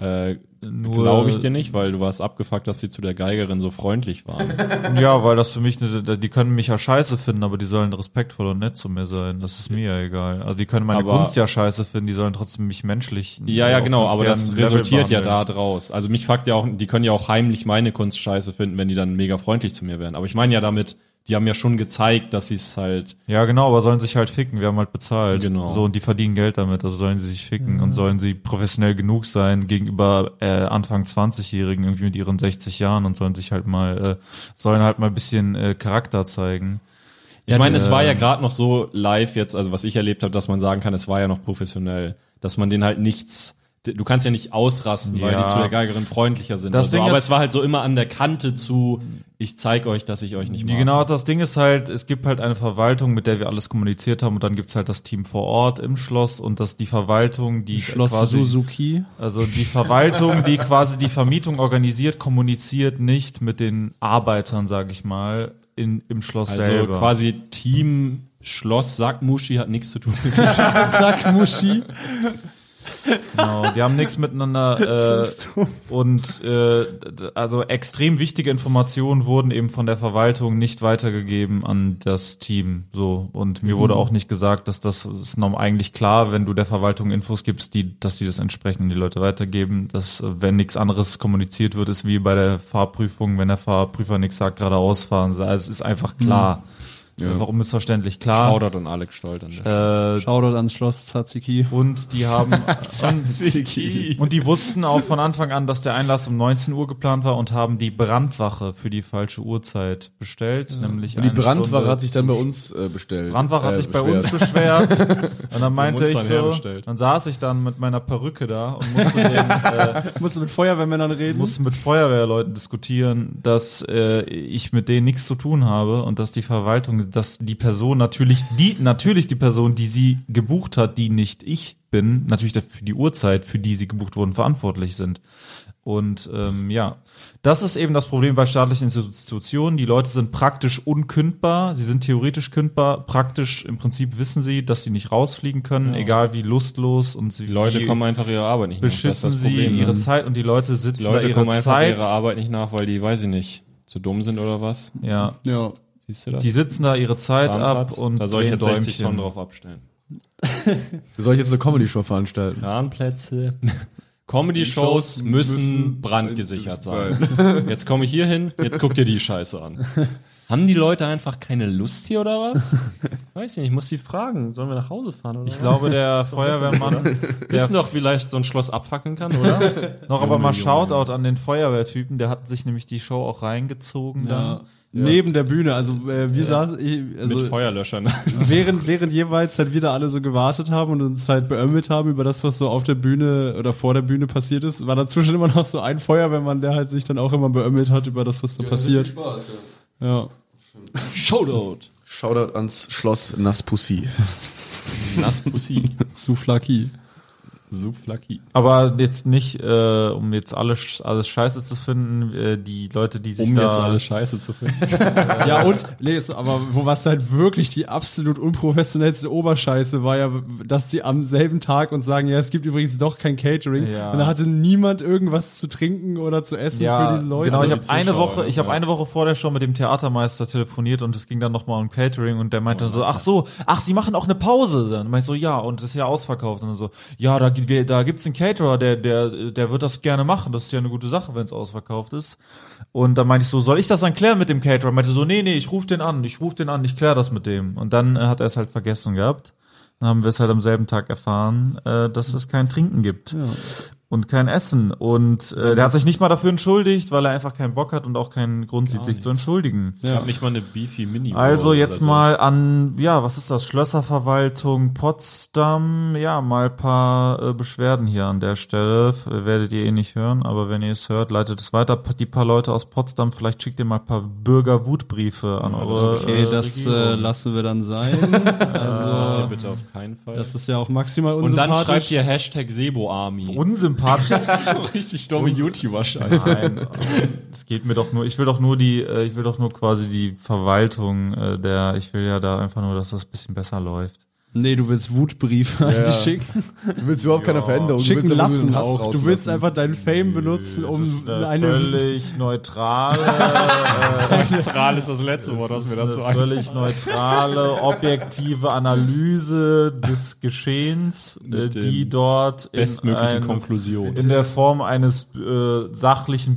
C: Äh,
D: Nur-
C: Glaube ich dir nicht, weil du warst abgefuckt, dass sie zu der Geigerin so freundlich waren.
D: <laughs> Ja, weil das für mich, ne- die können mich ja scheiße finden, aber die sollen respektvoll und nett zu mir sein. Das ist mir ja egal. Also die können meine
C: Aber-
D: Kunst ja scheiße finden, die sollen trotzdem mich menschlich.
C: Ja, ja,
D: auf
C: genau,
D: einem
C: aber das
D: fairen Level
C: resultiert ja da
D: behandeln.
C: draus. Also mich fragt ja auch, die können ja auch heimlich meine Kunst scheiße finden, wenn die dann mega freundlich zu mir wären. Aber ich meine ja damit, die haben ja schon gezeigt, dass sie es halt.
D: Ja, genau, aber sollen sich halt ficken. Wir haben halt bezahlt.
C: Genau. Mhm.
D: So, und die verdienen Geld damit, also sollen sie sich ficken und sollen sie professionell genug sein gegenüber äh, Anfang 20-Jährigen, irgendwie mit ihren 60 Jahren und sollen sich halt mal, äh, sollen halt mal ein bisschen äh, Charakter zeigen.
C: Ich meine, es
D: ähm,
C: war ja gerade noch so live jetzt, also was ich erlebt habe, dass man sagen kann, es war ja noch professionell, dass man denen halt nichts. Du kannst ja nicht ausrasten, weil
D: Ja.
C: die zu der Geigerin freundlicher sind.
D: Das
C: oder so.
D: Ding
C: Aber
D: ist-
C: es war halt so immer an der Kante zu, ich zeig euch, dass ich euch nicht mag.
D: Genau, das Ding ist halt, es gibt halt eine Verwaltung, mit der wir alles kommuniziert haben und dann gibt's halt das Team vor Ort im Schloss und dass die Verwaltung, die
B: Schloss Suzuki.
D: Also die Verwaltung, die quasi die Vermietung organisiert, kommuniziert nicht mit den Arbeitern, sage ich mal, in, im Schloss
C: Also
D: selber.
C: quasi Team Schloss Sackmuschi hat nichts zu tun mit
B: Zack, Muschi.
D: Genau, die haben nichts miteinander äh, und äh, d- also extrem wichtige Informationen wurden eben von der Verwaltung nicht weitergegeben an das Team. So und mir wurde auch nicht gesagt, dass das ist norm eigentlich klar, wenn du der Verwaltung Infos gibst, die, dass die das entsprechend an die Leute weitergeben. Dass äh, wenn nichts anderes kommuniziert wird, ist wie bei der Fahrprüfung, wenn der Fahrprüfer nichts sagt, geradeaus fahren. Also es ist einfach klar. Ist einfach unmissverständlich klar.
C: Schaudert und Alex Stolt an der
D: Äh,
B: Shoutout ans Schloss Tzatziki.
D: und die haben
C: Zatziki.
D: und die wussten auch von Anfang an, dass der Einlass um 19 Uhr geplant war und haben die Brandwache für die falsche Uhrzeit bestellt, nämlich
A: Und die
D: eine
A: Brandwache
D: Stunde
A: hat sich dann bei
D: zu-
A: uns äh, bestellt.
D: Brandwache hat
A: Äh,
D: sich bei
A: beschwert.
D: uns
A: <laughs>
D: beschwert und dann meinte
C: uns
D: ich
C: dann
D: so,
C: herbestellt.
D: dann saß ich dann mit meiner Perücke da und musste,
A: <laughs>
D: den, äh,
B: Musst du mit Feuerwehrmännern reden?
D: musste mit Feuerwehrleuten diskutieren, dass äh, ich mit denen nichts zu tun habe und dass die Verwaltung, dass die Person natürlich die natürlich die Person, die sie gebucht hat, die nicht ich bin, natürlich dafür- für die Uhrzeit, für die sie gebucht wurden, verantwortlich sind. Und ähm, ja, das ist eben das Problem bei staatlichen Institutionen. Die Leute sind praktisch unkündbar, sie sind theoretisch kündbar, praktisch im Prinzip wissen sie, dass sie nicht rausfliegen können, egal wie lustlos und sie,
C: Die Leute
D: wie
C: kommen einfach ihrer Arbeit nicht
D: beschissen
C: nach. Das ist das
D: sie
C: Problem,
D: ihre
C: ne?
D: Zeit und die Leute sitzen
C: Die Leute
D: da ihre
C: kommen einfach
D: Zeit.
C: ihrer Arbeit nicht nach, weil die, weiß ich nicht, zu dumm sind oder was.
D: ja,
B: ja.
C: Siehst du das?
D: die sitzen da ihre Zeit
C: Kranplatz,
D: ab und
C: da soll ich
D: drehen
C: jetzt 60
D: Däumchen.
C: Tonnen drauf abstellen.
A: Soll ich jetzt eine Comedy-Show veranstalten?
C: Kranplätze. <laughs> Comedy-Shows müssen brandgesichert sein. Jetzt komme ich hier hin, jetzt guck dir die Scheiße <laughs> an. Haben die Leute einfach keine Lust hier oder was? <laughs> Weiß nicht, ich muss die fragen. Sollen wir nach Hause fahren oder
D: Ich
C: <laughs>
D: glaube, der Feuerwehrmann, der
C: Wissen doch vielleicht so ein Schloss abfackeln kann, <laughs> oder?
D: noch aber mal Shoutout an den Feuerwehrtypen, der hat sich nämlich die Show auch reingezogen dann.
B: Ja. Neben der Bühne, also äh, wir saßen, ich,
C: Mit
B: also
C: Feuerlöschern.
B: <laughs> während, während jeweils halt wieder alle so gewartet haben und uns halt beömmelt haben über das, was so auf der Bühne oder vor der Bühne passiert ist, war dazwischen immer noch so ein Feuerwehrmann, der halt sich dann auch immer beömmelt hat über das, was da passiert. Ja.
C: Shoutout.
A: <laughs> Shoutout ans Schloss
C: <laughs>
A: Naspussi.
C: Naspussi.
B: Souflaki.
C: Souflaki.
D: Aber jetzt nicht, äh, um jetzt alles, alles scheiße zu finden, äh, die Leute, die sich
C: Um
D: da...
C: jetzt alle Scheiße zu finden.
B: Ja, und, nee, ist, aber wo was halt wirklich die absolut unprofessionellste Oberscheiße war ja, dass sie am selben Tag uns sagen, ja, es gibt übrigens doch kein Catering.
D: Ja.
B: Und da hatte niemand irgendwas zu trinken oder zu essen für diese Leute.
D: Genau, ich
C: Die
D: habe
C: Zuschauer,
D: eine Woche,
C: ne?
D: ich habe eine Woche vor der Show mit dem Theatermeister telefoniert und es ging dann nochmal um Catering und der meinte
C: Oh.
D: so, ach so, ach sie machen auch eine Pause. Dann meinte ich so, ja und das ist ja ausverkauft und dann so, ja da, gibt- wir- da gibt's einen Caterer, der der der wird das gerne machen. Das ist ja eine gute Sache, wenn es ausverkauft ist. Und dann meinte ich so, soll ich das dann klären mit dem Caterer? Meinte so, nee nee, ich rufe den an, ich rufe den an, ich klär das mit dem. Und dann äh, hat er es halt vergessen gehabt. Dann haben wir es halt am selben Tag erfahren, äh, dass es kein Trinken gibt. Und kein Essen. Und äh, der hat sich nicht mal dafür entschuldigt, weil er einfach keinen Bock hat und auch keinen Grund sieht, sich zu entschuldigen.
C: Ich habe nicht mal eine Beefy Mini.
D: Also
C: oder
D: jetzt
C: so.
D: mal an, ja, was ist das? Schlösserverwaltung Potsdam. Ja, mal ein paar äh, Beschwerden hier an der Stelle. F- Werdet ihr eh nicht hören, aber wenn ihr es hört, leitet es weiter. P- Die paar Leute aus Potsdam, vielleicht schickt ihr mal ein paar Bürgerwutbriefe an eure.
B: Okay,
D: äh,
B: das äh,
D: Regierung.
B: lassen wir dann sein.
C: Macht ihr
B: Also,
D: äh,
C: bitte auf keinen Fall.
B: das ist ja auch maximal
C: Und
B: unsympathisch.
C: dann schreibt ihr Hashtag Sebo Army.
D: unsympathisch. sympathisch.
C: So <laughs> richtig dumme <laughs> YouTuber-Scheiße.
D: Nein, ähm, es geht mir doch nur, ich will doch nur die, äh, ich will doch nur quasi die Verwaltung äh, der, ich will ja da einfach nur, dass das ein bisschen besser läuft.
B: Nee, du willst Wutbriefe an die
A: Ja.
B: schicken.
A: Du willst überhaupt keine Veränderung.
B: Schicken
A: du willst einfach nur
B: lassen
A: den Hass
B: auch. Du
A: rauslassen.
B: willst einfach deinen Fame benutzen,
D: Das
B: um
D: ist eine
B: eine.
C: <laughs>
D: völlig neutrale,
C: Neutral ist das letzte Wort, was mir
D: eine
C: dazu einfällt.
D: völlig neutrale, objektive Analyse des Geschehens, äh,
C: Mit
D: die
C: den
D: dort in,
C: Bestmögliche
D: ein,
C: Konklusion.
D: in der Form eines äh, sachlichen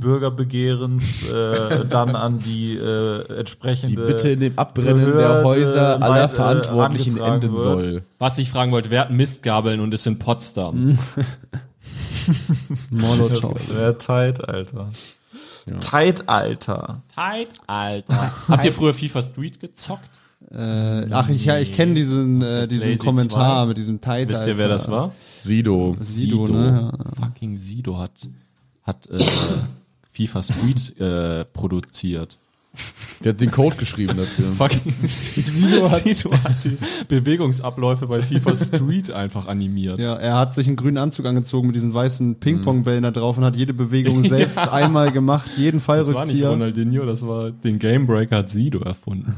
A: <laughs>
D: Bürgerbegehrens äh, dann an die äh,
A: die
D: entsprechende
A: Bitte in dem Abbrennen der
D: Behörde
A: Häuser aller
D: weit, äh,
A: Verantwortlichen
D: angetragen
A: enden
D: wird.
A: soll.
C: Was ich fragen wollte, wer hat Mistgabeln und ist in Potsdam?
B: Mhm. Molotow.
D: Wär tight, äh, Alter. Tight, Alter.
C: Tight, Alter. Habt ihr früher FIFA Street gezockt?
B: Äh, ach, ich, ja, ich kenne diesen, äh, diesen
C: Lazy
B: Kommentar
C: 2.
B: mit diesem Title.
C: Wisst ihr, wer das war?
A: Sido.
B: Sido, ne? Ja.
C: Fucking Sido hat, hat äh, FIFA Street äh, produziert.
A: Der hat den Code geschrieben dafür.
C: Fucking
B: <laughs>
C: Sido hat, die Bewegungsabläufe bei FIFA Street einfach animiert.
B: Ja, er hat sich einen grünen Anzug angezogen mit diesen weißen Ping-Pong-Bällen da drauf und hat
C: <laughs>
B: jede Bewegung selbst einmal gemacht, jeden
C: Das war nicht
B: Fallrückzieher.
C: Ronaldinho, das war den Gamebreaker hat Sido
B: <laughs>
C: erfunden.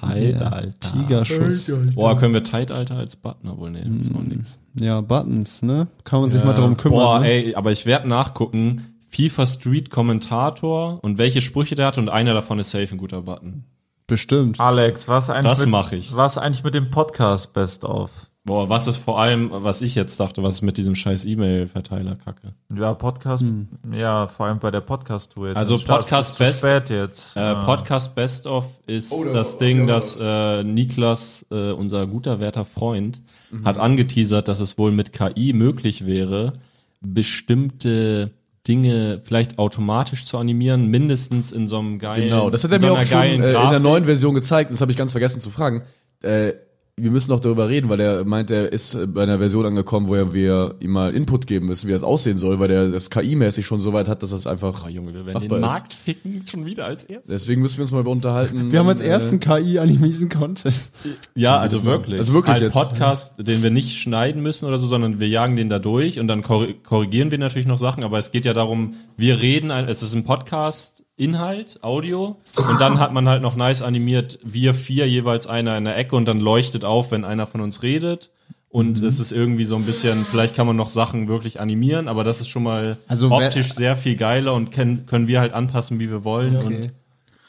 C: Zeitalter.
B: Tigerschuss.
C: Boah, können wir Zeitalter als Button wohl nehmen? Ist auch nix. Äh,
B: Ja, Buttons, ne? Kann man sich mal darum kümmern.
C: Boah,
B: ne?
C: ey, aber ich werde nachgucken. FIFA Street Kommentator und welche Sprüche der hatte und einer davon ist safe ein guter Button.
B: Bestimmt.
D: Alex, was eigentlich,
C: Das
D: mit,
C: mache ich.
D: was eigentlich mit dem Podcast Best of?
C: Boah, was ist vor allem, was ich jetzt dachte, was ist mit diesem scheiß E-Mail-Verteiler kacke?
D: Ja, Podcast,
A: Hm.
D: ja, vor allem bei der Podcast-Tour jetzt.
C: Also
D: Es ist zu
C: Podcast Best-
D: spät jetzt.
C: Äh,
A: Ah.
C: Podcast Best of ist
A: Oh,
C: das Ding, dass äh, Niklas, äh, unser guter werter Freund,
A: Mhm.
C: hat angeteasert, dass es wohl mit KI möglich wäre, bestimmte Dinge vielleicht automatisch zu animieren, mindestens in so einem geilen
A: Genau, das hat er
C: in
A: mir
C: so
A: auch
C: einer
A: schon äh, in
C: geilen
A: der
C: Grafik.
A: neuen Version gezeigt. und Das habe ich ganz vergessen zu fragen. Äh, wir müssen noch darüber reden, weil der meint, er ist äh, bei einer Version angekommen, wo er- wir ihm mal Input geben müssen, wie das aussehen soll, weil der das KI-mäßig schon so weit hat, dass das einfach.
C: Oh, Junge, wir werden
A: machbar
C: den
A: ist.
C: Markt ficken schon wieder als erstes.
A: Deswegen müssen wir uns mal unterhalten.
B: Wir haben als
A: äh,
B: ersten KI-animierten Content.
C: Ja, also wirklich.
A: Also wirklich
C: Ein
A: jetzt.
C: Podcast, den wir nicht schneiden müssen oder so, sondern wir jagen den da durch und dann korri- korrigieren wir natürlich noch Sachen, aber es geht ja darum, wir reden, ein- es ist ein Podcast, Inhalt, Audio und dann hat man halt noch nice animiert, wir vier jeweils einer in der Ecke und dann leuchtet auf, wenn einer von uns redet. Und es ist irgendwie so ein bisschen, vielleicht kann man noch Sachen wirklich animieren, aber das ist schon mal
B: Also wer-
C: optisch sehr viel geiler und können, können wir halt anpassen, wie wir wollen. Und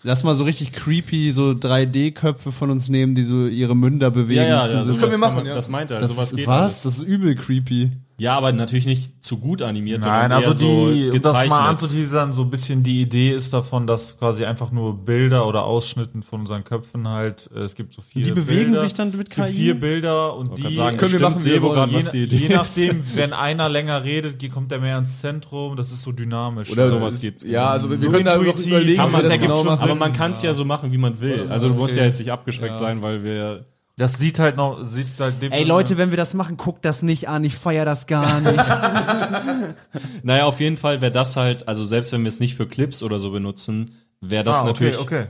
B: Lass mal so richtig creepy so 3D-Köpfe von uns nehmen, die so ihre Münder bewegen. zu so-
C: sowas
A: können wir
C: kann
A: machen,
C: man-
A: ja.
C: Das meint er,
B: das
C: sowas geht
B: was?
C: alles.
B: Das ist übel creepy.
C: Ja, aber natürlich nicht zu gut animiert,
D: Nein,
C: sondern
D: also die,
C: eher so
D: um das mal
C: gezeichnet.
D: anzuteasern, so ein bisschen die Idee ist davon, dass quasi einfach nur Bilder oder Ausschnitten von unseren Köpfen halt, äh, es gibt so viele
B: Die bewegen
D: Bilder,
B: sich dann mit
D: es gibt
B: KI?
D: vier Bilder und die,
C: kann sagen,
A: können wir
C: stimmt
A: machen, wie wir
C: Sebo
A: wollen.
C: gerade, was die
D: je,
C: Idee <laughs>
D: je
C: ist.
D: nachdem, wenn einer länger redet, geht- kommt der mehr ins Zentrum, das ist so dynamisch.
A: Oder
D: so,
C: sowas gibt's.
A: Ja, also wir
D: So
A: können da noch
D: intuitiv
A: überlegen,
D: kann
A: wie wir
D: man- das
A: das
D: ergibt
A: genau
D: schon-
A: machen.
C: aber man kann es ja. so machen, wie man will. Also du musst ja jetzt nicht abgeschreckt sein, weil wir
D: das sieht halt noch, sieht halt dem
B: Ey Leute, wenn wir das machen, guckt das nicht an. Ich feier das gar <laughs> nicht.
C: Naja, auf jeden Fall wäre das halt, also selbst wenn wir es nicht für Clips oder so benutzen, wäre das
D: ah, okay,
C: natürlich
D: okay.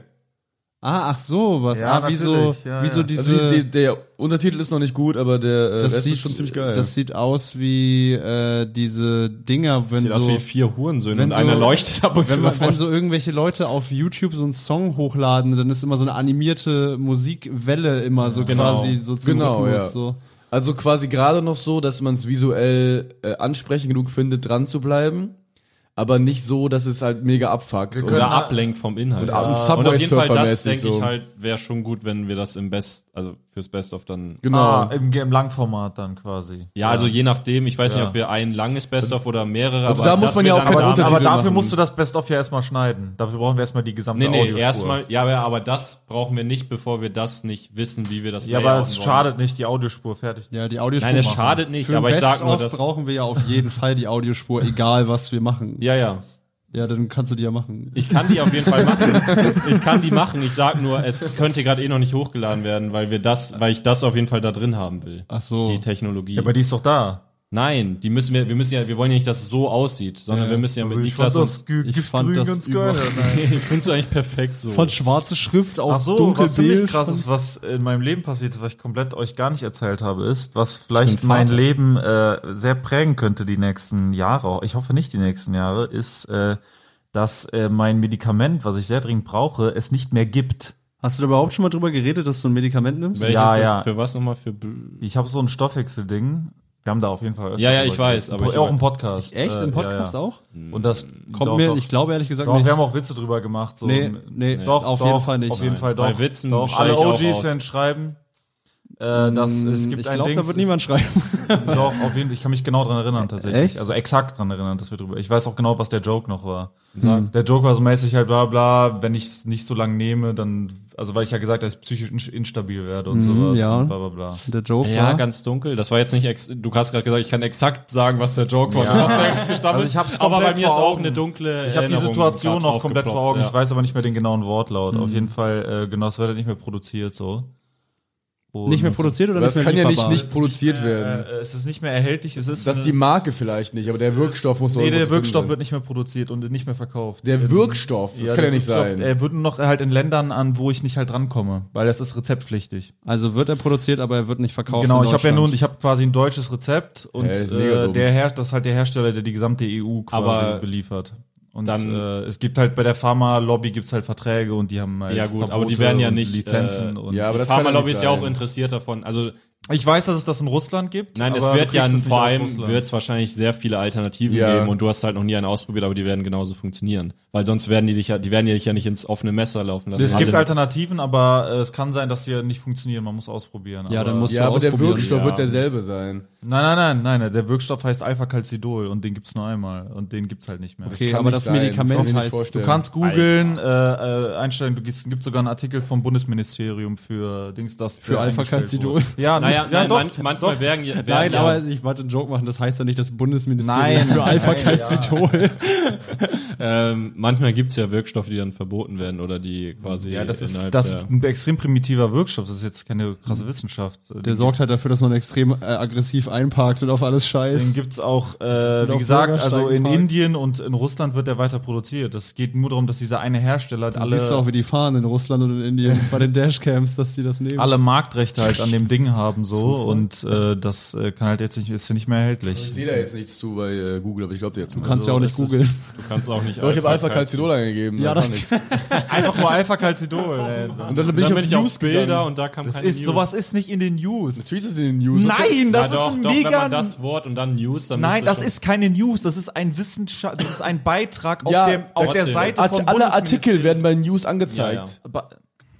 B: ah, ach so, was?
D: Ja,
B: ah, wie so,
D: natürlich, ja,
B: wie so
D: ja.
B: diese.
A: Also die, die, der Untertitel ist noch nicht gut, aber der äh,
B: das
A: Rest
B: sieht
A: ist schon ziemlich geil.
B: Das sieht aus wie äh, diese Dinger, wenn
C: sieht
B: so
C: aus wie vier Hurensöhne
B: wenn
C: und einer
B: so-
C: leuchtet ab und zu
B: Wenn, man, wenn
C: davon.
B: so irgendwelche Leute auf YouTube so einen Song hochladen, dann ist immer so eine animierte Musikwelle immer so
C: Genau.
B: quasi so zum
A: Genau,
B: Rhythmus
A: ja.
B: so.
A: Also quasi gerade noch so, dass man es visuell äh, ansprechend genug findet, dran zu bleiben, aber nicht so, dass es halt mega abfuckt. Und
C: Oder ablenkt vom Inhalt.
A: Und ab-
C: und auf jeden Fall das,
A: Genau. Subway-Surfer-mäßig
C: denke ich
A: so.
C: halt, wäre schon gut, wenn wir das im Best, also fürs Best of dann
A: genau.
D: Ah, im, im Langformat dann quasi.
C: Ja, also je nachdem, ich weiß
D: Ja.
C: nicht, ob wir ein langes Best-of oder mehrere,
A: Also da muss
C: dass
A: man ja
C: wir
A: auch
C: dann
A: keine
C: da-
A: Untertitel
D: Aber dafür
A: machen.
D: musst du das Best-of ja erstmal schneiden. Dafür brauchen wir erstmal die gesamte
C: Nee, nee,
D: Audiospur.
C: erstmal, ja, aber- aber das brauchen wir nicht, bevor wir das nicht wissen, wie wir das
D: Ja, aber
C: layouten
D: es
C: wollen.
D: schadet nicht, die Audiospur fertig zu
B: Ja, die Audiospur.
C: Nein, es
B: machen.
C: schadet nicht,
B: Für ein
C: aber ich sag nur,
B: Best-of
C: dass.
B: brauchen wir ja auf jeden Fall die Audiospur, egal was wir machen.
C: Ja, ja.
B: Ja, dann kannst du die ja machen.
C: Ich kann die auf jeden
A: <laughs>
C: Fall machen. Ich kann die machen. Ich sag nur, es könnte gerade eh noch nicht hochgeladen werden, weil wir das, weil ich das auf jeden Fall da drin haben will.
B: Ach so.
C: Die Technologie.
D: Ja, aber die ist doch da.
C: Nein, die müssen wir, wir müssen ja, wir wollen ja nicht, dass es so aussieht, sondern wir müssen ja mit
E: Also ich
C: Niklas
E: fand
C: <laughs>
E: das
C: und
E: Ge-
B: ich
E: Gift
B: fand
E: drüben
B: das
E: ganz
B: über-
E: geil. Nein.
C: ich finde es eigentlich perfekt so.
B: Von schwarze Schrift auf
D: Ach so, was ziemlich
B: dunkelbeige.
D: krass ist, was in meinem Leben passiert ist, was ich komplett euch gar nicht erzählt habe, ist, was vielleicht
B: bin
D: mein
B: Vater.
D: Leben äh, sehr prägen könnte die nächsten Jahre, ich hoffe nicht die nächsten Jahre, ist, äh, dass äh, mein Medikament, was ich sehr dringend brauche, es nicht mehr gibt.
B: Hast du da überhaupt schon mal drüber geredet, dass du ein Medikament nimmst?
C: Welches
D: Ja,
C: ist
D: ja.
C: Für was nochmal? Für
D: Ich habe so ein Stoffwechselding. Wir haben da auf jeden Fall. öfter
C: Ja, ja,
D: drüber
C: ich weiß,
D: geredet.
C: aber ich-
D: auch im Podcast.
B: Echt?
D: Äh,
B: Im Podcast auch?
D: ja, ja. Und das
B: Kommt mir, ich glaube ehrlich gesagt
D: Doch,
B: nicht.
D: wir haben auch Witze drüber gemacht. So
B: nee,
D: im-
B: nee,
D: Doch,
B: auf
D: doch,
B: jeden Fall nicht.
D: Auf jeden
C: Nein.
D: Fall doch.
C: Bei Witzen
D: doch.
C: steige
D: Alle
C: ich auch
D: OGs
C: aus.
D: werden schreiben. Äh, das, es gibt
B: Hm, Mm, ich
D: ein
B: glaube,
D: Dings,
B: da wird niemand schreiben. <laughs>
D: es- Doch, auf jeden Fall. Ich kann mich genau dran erinnern, tatsächlich.
B: echt?
D: Also exakt dran erinnern, dass wir drüber. Ich weiß auch genau, was der Joke noch war. Der Joke war so mäßig halt bla bla, wenn ich es nicht so lange nehme, dann. Also weil ich ja gesagt habe, dass ich psychisch in- instabil werde und sowas.
B: Hm, ja.
D: Und bla bla bla.
B: Der Joke
C: Ja,
B: war-
C: ganz dunkel. Das war jetzt nicht, ex du hast gerade gesagt, ich kann exakt sagen, was der Joke war. Du hast ja jetzt gestammelt.
D: Also ich hab's
C: aber bei
D: komplett
C: mir ist
D: vor
C: auch
D: Augen.
C: eine dunkle
D: Ich habe die
C: Erinnerung
D: Situation
C: grad
D: noch komplett vor
C: aufgeploppt,
D: Augen.
C: ja.
D: Ich weiß aber nicht mehr den genauen Wortlaut.
B: Hm.
D: Auf jeden Fall, äh, genau, es wird halt nicht mehr produziert so. Und-
B: nicht mehr produziert oder
A: Das
B: nicht mehr
A: kann ja nicht,
B: lieferbar?
A: nicht produziert werden.
D: Äh, es ist nicht mehr erhältlich. Es ist
A: Das ist die Marke vielleicht nicht, aber der Wirkstoff muss doch
D: nee, der
A: irgendwo zu
D: Wirkstoff
A: finden
D: wird nicht mehr produziert und nicht mehr verkauft.
A: sein. Der Wirkstoff, das kann ja
D: der
A: nicht
D: Wirkstoff,
A: sein.
D: Er wird nur noch halt in Ländern an, wo ich nicht halt rankomme, weil das ist rezeptpflichtig.
B: Also wird er produziert, aber er wird nicht verkauft.
D: genau,
B: in
D: ich habe ja
B: Deutschland.
D: nun, ich habe quasi ein deutsches Rezept und
A: Ja, ist mega
D: äh,
A: dumm.
D: der Herr, das ist halt der Hersteller, der die gesamte EU quasi
C: Aber
D: beliefert. Und
C: dann-
D: äh, es gibt halt bei der Pharma-Lobby gibt's halt Verträge und die haben halt
C: Ja, gut, aber
D: Verbote
C: die werden ja
D: und
C: nicht,
D: Lizenzen
C: äh,
D: und
A: ja, aber
C: Die
A: das kann ja
C: Pharmalobby
A: nicht
C: ist ja auch
A: sein.
C: interessiert davon. Also
D: ich weiß, dass es das in Russland gibt.
C: nein, es
D: aber
C: wird
D: du
C: ja
D: kriegst es nicht
C: vor
D: aus
C: allem
D: Russland.
C: wird es wahrscheinlich sehr viele Alternativen
A: Ja.
C: geben und du hast halt noch nie einen ausprobiert, aber die werden genauso funktionieren, weil sonst werden die dich ja, die werden ja dich ja nicht ins offene Messer laufen lassen.
D: Es
C: Alle-
D: gibt Alternativen, aber äh, es kann sein, dass die nicht funktionieren. Man muss ausprobieren.
B: Ja, dann musst
A: Ja,
B: du
A: aber der
B: ausprobieren.
A: Wirkstoff
C: ja.
A: wird derselbe sein.
D: Nein, nein, nein, nein, nein. Der Wirkstoff heißt Alpha-Calcidol und den gibt's nur einmal und den gibt's halt nicht mehr.
B: Okay,
A: kann
B: aber
A: nicht
B: das
A: sein, das kann
B: Medikament
A: ich mir nicht
B: heißt.
A: vorstellen.
D: Du kannst googeln, äh, äh, einstellen, du gibst, gibt sogar einen Artikel vom Bundesministerium für Dings, das
B: Für
D: der eingestellt
B: Alpha-Calcidol.
D: wurde. Ja,
C: Naja,
D: nicht- ja,
C: nein,
D: doch,
C: manch, manchmal werden, werden
B: Nein,
C: ja-
B: aber ich wollte einen Joke machen, das heißt ja nicht das Bundesministerium
D: Nein.
B: für Alpha-Calcidol.
C: ähm, manchmal gibt's ja Wirkstoffe, die dann verboten werden oder die quasi.
D: Ja, das ist,
C: innerhalb
D: das
C: der-
D: ist ein extrem primitiver Wirkstoff. Das ist jetzt keine krasse Wissenschaft.
B: Mhm. Der sorgt halt dafür, dass man extrem äh, aggressiv einparkt und auf alles
D: Den
B: scheißt.
D: gibt's auch, äh, wie
B: auf
D: gesagt, also in
B: Bürgersteigen
D: Indien und in Russland wird der weiter produziert. Es geht nur darum, dass dieser eine Hersteller
B: Alle siehst du auch,
D: alle,
B: wie die fahren in Russland und in Indien <laughs> bei den Dashcams, dass die das nehmen.
D: alle Marktrechte halt an dem Ding haben so und äh, das äh, kann halt jetzt nicht, ist ja nicht mehr
A: Ich
D: erhältlich.
A: sehe da jetzt nichts zu bei äh, Google, aber ich glaube dir jetzt. Du
B: Kannst ja auch nicht
D: das ist-
B: googeln.
C: Du kannst auch nicht.
A: Doch, ich habe Alpha Calcidol eingegeben.
B: Ja,
A: da
B: das-
A: kam nichts.
D: <laughs> Einfach nur Alpha-Calcidol. ey.
A: Und dann bin
C: Dann
A: ich
C: bin
A: auf
C: ich auf
A: News
C: Bilder
A: gegangen.
C: und da kam
D: Das
C: keine
D: ist,
C: News.
D: sowas ist nicht in den News.
A: Natürlich ist es in den News.
D: Nein, das
C: ja,
D: ist
C: doch,
D: ein
C: doch, Wenn
D: mega.
C: man das Wort und dann News, dann
D: Nein,
C: müsste
D: das
C: schon-
D: ist keine News, das ist ein Wissenschaft, das ist ein Beitrag auf,
A: Ja,
D: dem, auf der
C: trotzdem.
D: Seite
A: Art
D: vom
A: alle
D: Bundesministerium.
A: Artikel werden bei News angezeigt.
C: Ja,
D: Ba-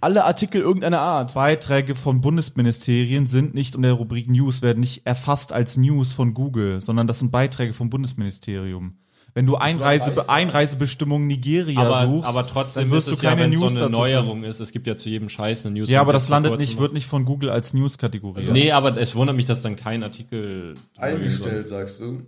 A: Alle Artikel irgendeiner Art.
D: Beiträge von Bundesministerien sind nicht unter der Rubrik News, werden nicht erfasst als News von Google, sondern das sind Beiträge vom Bundesministerium. Wenn du Einreise, Einreisebestimmung Nigeria
C: aber,
D: suchst,
C: aber trotzdem
D: dann wirst
C: ist es
D: du
C: ja,
D: keine
C: wenn es
D: News
C: so eine
D: dazu
C: Neuerung
D: finden.
C: ist. Es gibt ja zu jedem Scheiß eine News.
D: Ja, aber
C: wenn
D: das
C: es
D: landet
C: vor
D: nicht,
C: kurzem-
D: wird nicht von Google als News kategorisiert.
C: Nee, aber es wundert mich, dass dann kein Artikel
A: sagst du.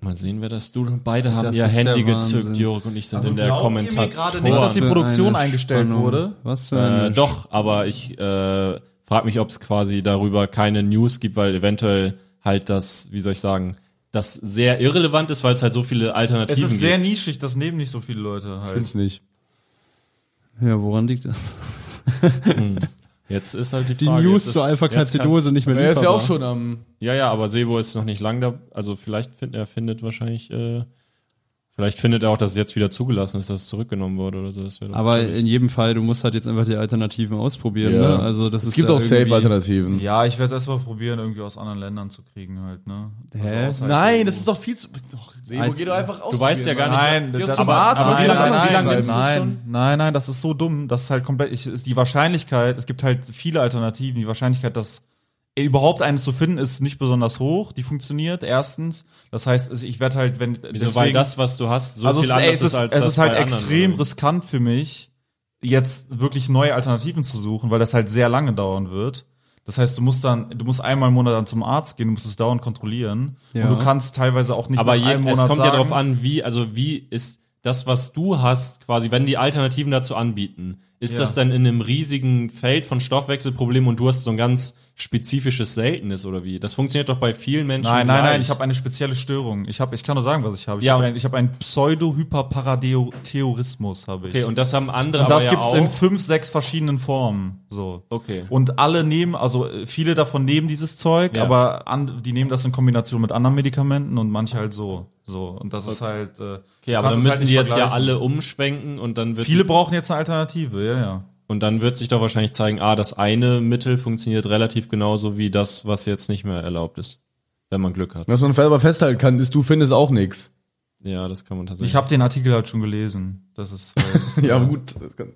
C: Mal sehen, wer das du. Beide haben
B: Das
C: ihr
B: ist
C: Handy
B: der
C: gezückt,
B: Wahnsinn.
C: Jörg und ich
D: Also
C: sind in der Kommentar.
D: gerade nicht, dass die
B: Was für
D: Produktion
B: eine
D: eingestellt
B: Spannung.
D: wurde?
B: Was für eine
C: äh, doch, aber ich äh, frage mich, ob es quasi darüber keine News gibt, weil eventuell halt das, wie soll ich sagen, das sehr irrelevant ist, weil es halt so viele
D: Es
C: Alternativen
D: ist sehr
C: gibt.
D: nischig, das nehmen nicht so viele Leute halt.
A: Find's nicht.
B: Ja, woran liegt das?
C: Jetzt ist halt die
B: Die
C: Frage.
B: News
C: jetzt ist,
B: zu Alpha Calcidol sind nicht mehr
A: Er
B: lieferbar.
A: ist ja auch schon am.
C: Ja, ja, aber Sebo ist noch nicht lang da. Also vielleicht findet er findet wahrscheinlich, äh, vielleicht findet er auch, dass es jetzt wieder zugelassen ist, dass es zurückgenommen wurde oder so. Das wäre doch-
B: Aber in jedem Fall, du musst halt jetzt einfach die Alternativen ausprobieren.
A: Ja.
B: Ne? Also das
A: Es
B: ist
A: gibt
B: ja
A: auch
B: irgendwie-
A: Safe-Alternativen.
D: Ja, ich werde es erstmal probieren, irgendwie aus anderen Ländern zu kriegen halt, ne?
B: Hä?
D: Also außerhalb
A: Nein,
D: der
A: das ist doch viel zu. Doch, Sebo,
B: Als-
A: geh doch einfach aus.
C: du weißt ja gar nicht.
D: Nein,
A: Geh
D: das-
A: doch zum
D: aber-
A: Arzt,
D: aber
A: was
D: nein,
A: ist das
D: nein,
A: anderes? Wie lange
D: nein,
A: nimmst du
D: nein, nein, nein, das ist so dumm, das ist halt komplett, ich, ist die Wahrscheinlichkeit, es gibt halt viele Alternativen, die Wahrscheinlichkeit, dass überhaupt eine zu finden, ist nicht besonders hoch, die funktioniert, erstens, das heißt, also ich werde halt, wenn,
C: Wieso, weil das, was du hast, so
D: also
C: viel
D: es,
C: anders
D: ist, es ist,
C: als
D: es
C: das
D: ist halt
C: bei anderen,
D: extrem
C: oder?
D: riskant für mich, jetzt wirklich neue Alternativen zu suchen, weil das halt sehr lange dauern wird. Das heißt, du musst dann, du musst einmal im Monat dann zum Arzt gehen, du musst es dauernd kontrollieren.
B: Ja.
D: Und du kannst teilweise auch nicht
C: Aber
D: nach
C: je,
D: einem
C: es
D: Monat
C: kommt ja
D: sagen,
C: darauf an, wie, also wie ist das, was du hast, quasi, wenn die Alternativen dazu anbieten, Ist das dann in einem riesigen Feld von Stoffwechselproblemen und du hast so ein ganz spezifisches Seltenes oder wie? Das funktioniert doch bei vielen Menschen.
D: Nein, nein, nein,
C: gleich.
D: ich habe eine spezielle Störung. Ich, hab, ich kann nur sagen, was ich habe. Ich
C: Ja,
D: habe
C: und-
D: ein, ich hab einen Pseudo-Hyperparatheorismus, habe ich.
C: Okay, und das haben andere
D: Und das
C: aber
D: gibt's
C: ja
D: in
C: auch.
D: fünf, sechs verschiedenen Formen. So.
C: Okay.
D: Und alle nehmen, also äh, viele davon nehmen dieses Zeug,
C: Ja.
D: aber an, die nehmen das in Kombination mit anderen Medikamenten und manche halt so. So. Und das ist halt. Äh,
C: Okay, aber dann müssen die jetzt ja alle
D: um.
C: umschwenken und dann wird
D: Viele brauchen jetzt eine Alternative, ja, ja.
C: und dann wird sich doch wahrscheinlich zeigen, ah, das eine Mittel funktioniert relativ genauso wie das, was jetzt nicht mehr erlaubt ist, wenn man Glück hat.
A: Was man selber festhalten kann, ist, du findest auch nichts.
C: Ja, das kann man tatsächlich.
D: Ich habe den Artikel halt schon gelesen. Das <laughs> ist.
A: <laughs>
D: äh,
A: Ja, aber gut. das kann-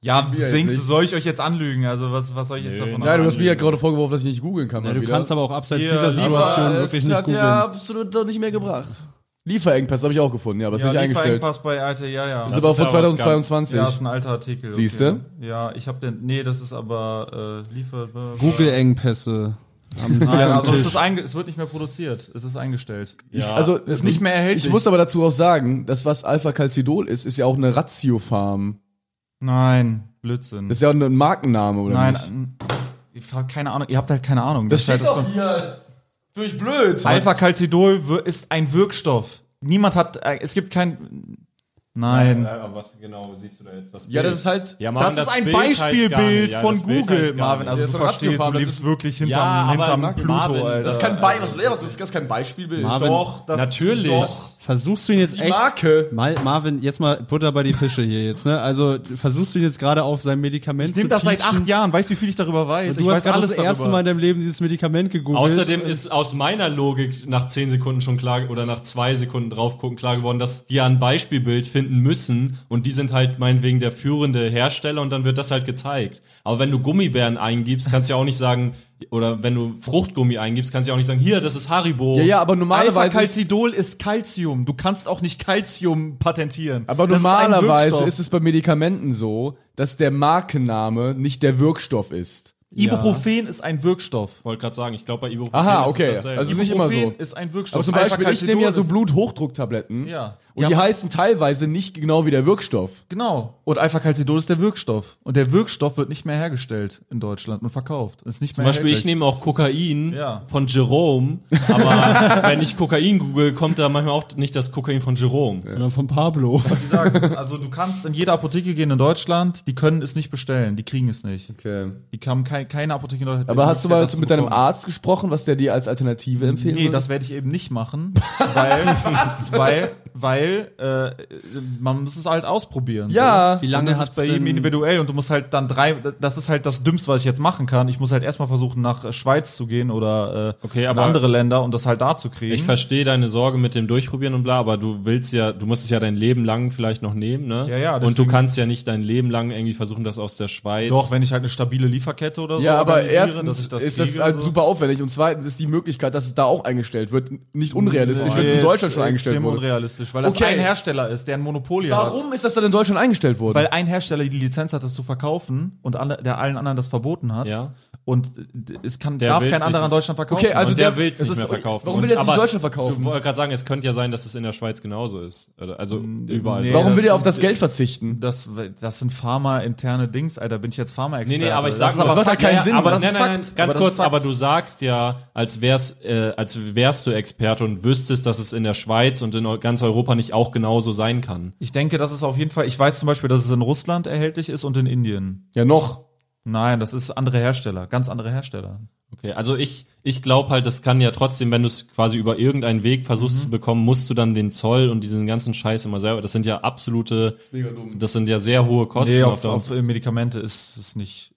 D: ja,
A: jetzt
D: denkst du,
A: nicht.
D: soll ich euch jetzt anlügen? Also, was, was soll ich jetzt davon
A: Nein, du hast mir ja
D: anlügen?
A: gerade vorgeworfen, dass ich nicht googeln kann.
B: Ja, du kannst aber auch abseits
D: Hier,
B: dieser
D: Liefer-
B: Situation
A: aber
B: wirklich
A: das
B: nicht
A: hat
B: googeln.
A: ja absolut doch nicht mehr gebracht. Lieferengpass habe ich auch gefunden, ja, aber ist
D: ja,
A: nicht eingestellt.
D: Lieferengpass bei Alter, ja, ja.
A: Das ist Also aber
C: ist
A: von
C: ja was ganz-
A: 2022.
D: ja, ist ein alter Artikel. okay.
A: Siehste?
D: Ja, ich habe den. Nee, das ist aber äh, liefer.
B: Google-Engpässe. am-
D: Nein, also
B: am
D: es,
B: Tisch.
D: ist einge es wird nicht mehr produziert. Es ist eingestellt.
A: Ich- also
D: Ist nicht mehr erhältlich.
A: Ich muss aber dazu auch sagen, das was Alpha Calcidol ist, ist ja auch eine Ratiofarm.
D: Nein, Blödsinn.
A: Das ist ja auch ein Markenname oder
D: Nein,
A: nicht?
D: n- ich hab keine Ahnung. Ihr habt halt keine Ahnung.
A: Das steht
D: ist halt
A: doch hier. Durch blöd.
D: Alpha-Calcidol wir- ist ein Wirkstoff. Niemand hat. äh, Es gibt kein. Nein. Also
C: aber was genau siehst du da jetzt? Das
A: Ja, das ist halt
C: Ja, Marvin,
D: Das, ist ein
C: Bild heißt gar
D: Beispielbild
C: nicht. Ja,
D: von
C: das Bild heißt
D: Google,
C: gar
D: Marvin.
C: nicht.
D: Also
A: Das
D: du
A: ist doch
D: verstehst, du
A: Ratiofarm, das
D: lebst
A: ist-
D: wirklich
C: Ja,
D: hinterm,
C: aber
D: hinterm
C: Marvin,
D: Pluto, Alter.
A: das ist kein Bei was, was ist das kein Beispielbild?
B: Marvin,
D: Doch, das
C: Natürlich.
D: Doch.
B: Versuchst du ihn jetzt
A: die
B: echt.
A: Marke.
B: Mal, Marvin, jetzt mal Butter bei die Fische hier jetzt, ne? Also du- versuchst du ihn jetzt gerade auf sein Medikament
D: Ich nehme das seit acht Jahren. Weißt du, wie viel ich darüber weiß?
B: Du
D: ich
B: hast
D: weiß
B: gerade das erste Mal in deinem Leben dieses Medikament gegoogelt.
C: Außerdem ist aus meiner Logik nach 10 Sekunden schon klar oder nach zwei Sekunden drauf gucken klar geworden, dass die ja ein Beispielbild finden müssen und die sind halt meinetwegen der führende Hersteller und dann wird das halt gezeigt. Aber wenn du Gummibären eingibst, kannst du ja auch nicht sagen, oder wenn du Fruchtgummi eingibst, kannst du ja auch nicht sagen, hier, das ist Haribo.
A: Ja, ja, aber normalerweise ist,
D: Alpha-Calcidol ist Calcium. Du kannst auch nicht Calcium patentieren.
A: aber
D: Das ist ein
A: normalerweise
D: Wirkstoff.
A: ist, es bei Medikamenten so, dass der Markenname nicht der Wirkstoff ist.
D: Ibuprofen ist ein Wirkstoff.
C: Ich wollte gerade sagen, ich glaube bei Ibuprofen
A: Aha,
C: es
A: okay.
C: dasselbe.
A: Also- Das ist nicht immer so.
D: Ibuprofen ist ein Wirkstoff.
A: Aber zum Beispiel, ich nehme ja so
D: Blut.
A: Bluthochdrucktabletten.
D: Ja.
A: Und die
D: Ja, aber-
A: heißen teilweise nicht genau wie der Wirkstoff.
D: Genau. Und Alpha-Calcidol ist der Wirkstoff. Und der Wirkstoff wird nicht mehr hergestellt in Deutschland und verkauft. Ist nicht
C: Zum
D: mehr
C: Beispiel, ich
D: hergestellt.
C: nehme auch Kokain
D: Ja.
C: von Jerome, aber
A: <laughs>
C: wenn ich Kokain google, kommt da manchmal auch nicht das Kokain von Jerome.
B: Sondern von Pablo.
D: ich nehme. Also du kannst in jede Apotheke gehen in Deutschland, die können es nicht bestellen, die kriegen es nicht.
A: Okay.
D: Die haben kein, keine Apotheke in Deutschland.
A: Aber hast du mal
D: das zu
A: mit deinem
D: bekommen.
A: Arzt gesprochen, was der dir als Alternative empfehlen
D: Nee,
A: würde?
D: das werde ich eben nicht machen, <laughs> weil, weil, weil äh, man muss es halt ausprobieren.
A: Ja.
D: So.
B: Wie lange
D: und das
B: hat's
D: ist bei jedem
B: denn-
D: individuell und du musst halt dann drei, das ist halt das Dümmste, was ich jetzt machen kann. Ich muss halt erstmal versuchen, nach äh, Schweiz zu gehen oder äh,
C: Okay,
D: in
C: aber-
D: andere Länder und das halt da zu kriegen.
C: Ich verstehe deine Sorge mit dem Durchprobieren und bla, aber du willst ja, du musst es ja dein Leben lang vielleicht noch nehmen, ne?
D: Ja, ja,
C: Und du
D: deswegen-
C: kannst ja nicht dein Leben lang irgendwie versuchen, das aus der Schweiz.
D: Doch, wenn ich halt eine stabile Lieferkette oder so
A: ja, aber
D: organisiere,
A: erstens
D: dass ich das
A: ist
D: kriege,
A: das halt
D: so.
A: super aufwendig und zweitens ist die Möglichkeit, dass es da auch eingestellt wird, nicht unrealistisch,
D: Nee,
A: wenn es in
D: ist
A: Deutschland schon
D: extrem
A: eingestellt wurde.
D: unrealistisch, weil das
A: Okay.
D: ein Hersteller ist, der ein Monopol hier hat.
A: Warum ist das dann in Deutschland eingestellt worden?
D: Weil ein Hersteller die Lizenz hat, das zu verkaufen und alle, der allen anderen das verboten hat.
C: Ja.
D: Und äh, es kann,
C: Der
D: darf
C: will's
D: kein
C: nicht.
D: anderer in Deutschland verkaufen.
A: Okay, also
C: und der,
A: der-
C: will es
A: es
C: nicht
A: ist-
C: mehr verkaufen.
A: warum will
C: Und-
A: er es in
C: aber
A: Deutschland verkaufen?
C: Du wolltest gerade sagen, es könnte ja sein, dass es in der Schweiz genauso ist. Oder- Also überall.
D: Mm, nee,
A: Warum
D: das
A: will er auf
D: sind-
A: das Geld verzichten?
D: das, das sind Pharma-interne Dings, Alter. Bin ich jetzt Pharma-Experte?
C: Nee, nee, aber ich
D: Das
C: sag
D: ist
C: nur-
D: aber
A: macht halt keinen
C: Ja,
A: Sinn,
C: Aber
A: das
C: nein,
A: ist
C: nein,
A: Fakt.
C: nein,
A: Aber
C: ganz
A: das
C: kurz,
A: ist Fakt.
C: aber du sagst ja, als wär's, äh, als wärst du Experte und wüsstest, dass es in der Schweiz und in eu- ganz Europa nicht auch genauso sein kann.
D: Ich denke, das ist auf jeden Fall. Ich weiß zum Beispiel, dass es in Russland erhältlich ist und in Indien.
A: Ja, noch.
D: Nein, das ist andere Hersteller, ganz andere Hersteller.
C: Okay, also ich, ich glaube halt, das kann ja trotzdem, wenn du es quasi über irgendeinen Weg versuchst
A: Mhm.
C: zu bekommen, musst du dann den Zoll und diesen ganzen Scheiß immer selber. Das sind ja absolute,
A: mega dumm.
C: das sind ja sehr hohe Kosten.
D: Nee, auf,
C: der-
D: auf Medikamente ist es nicht.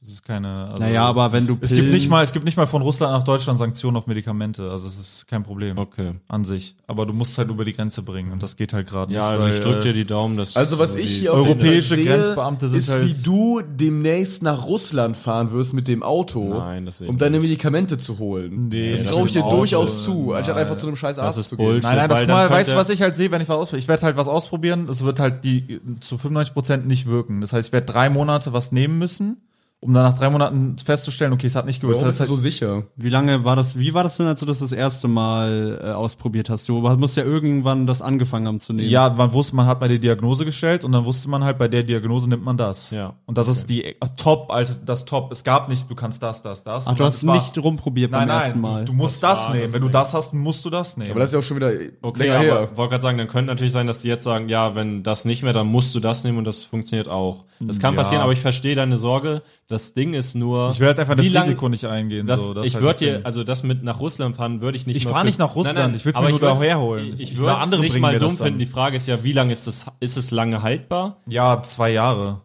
D: Es ist keine. Also
B: naja, aber wenn du
D: es gibt nicht mal, es gibt nicht mal von Russland nach Deutschland Sanktionen auf Medikamente. Also es ist kein Problem
C: okay.
D: an sich. Aber du musst halt über die Grenze bringen und das geht halt gerade
C: Ja,
D: nicht.
C: also ich
D: weil,
C: drück
D: äh,
C: dir die Daumen, dass
A: Also was
C: äh,
A: ich
C: die-
A: hier auf jeden
D: Oh, europäische
A: Fall
D: Grenzbeamte sind
A: ist,
D: halt-
A: wie du demnächst nach Russland fahren wirst mit dem Auto,
C: Nein, das sehe ich
A: um deine Medikamente zu holen.
D: Nee,
A: das
D: das
A: traue
D: mit
A: ich
D: dem
A: dir
D: Auto,
A: durchaus zu,
D: nein.
A: anstatt einfach zu einem scheiß Arzt
C: Das ist
A: zu gehen.
C: Bullshit.
D: Nein, nein, das
C: weil
D: guck mal,
C: dann
D: weißt du,
C: könnte-
D: was ich halt sehe, wenn ich was ausprobiere? Ich werde halt was ausprobieren, es wird halt die zu 95% nicht wirken. Das heißt, ich werde drei Monate was nehmen müssen um dann nach drei Monaten festzustellen, okay, es hat nicht gewirkt.
A: Warum
D: Das
A: bist du
D: heißt, halt,
A: so sicher?
B: Wie lange war das, wie war das denn, als du das das erste Mal äh, ausprobiert hast? Du musst ja irgendwann das angefangen haben zu nehmen.
D: ja, man wusste, man hat mal die Diagnose gestellt und dann wusste man halt, bei der Diagnose nimmt man das.
C: Ja.
D: Und das ist die äh, Top, alte, das Top. Es gab nicht, du kannst das, das, das.
B: Ach, du
D: sondern
B: hast
D: es war-
B: nicht rumprobiert
D: Nein,
B: beim
D: nein,
B: ersten Mal.
D: Du, du musst das,
C: war
D: nehmen.
C: das
D: Wenn du
C: Ding.
D: das hast, musst du das nehmen.
A: Aber das ist ja auch schon wieder
C: Okay,
A: länger
C: aber
A: her.
C: wollte gerade sagen, dann könnte natürlich sein, dass die jetzt sagen, ja, wenn das nicht mehr, dann musst du das nehmen und das funktioniert auch. Das kann passieren, aber ich verstehe deine Sorge. Das Ding ist nur.
D: Hm, ich will halt einfach
C: wie
D: das
C: lang-
D: Risiko nicht eingehen.
C: Das,
D: so, das ist
C: ich
D: halt das
C: würde dir,
D: Ding.
C: also das mit nach Russland fahren, würde ich nicht.
D: Ich
C: mal
D: fahr
C: für-
D: nicht nach Russland, ich will's mir
C: aber
D: nur da
C: würd's-
D: herholen.
C: Ich,
D: Ich-
C: würde
D: na, andere
C: andere nicht
D: bringen
C: mal
D: mir das
C: dumm
D: dann.
C: finden. Die Frage ist ja, wie lange ist das, ist es lange haltbar?
D: ja, zwei Jahre.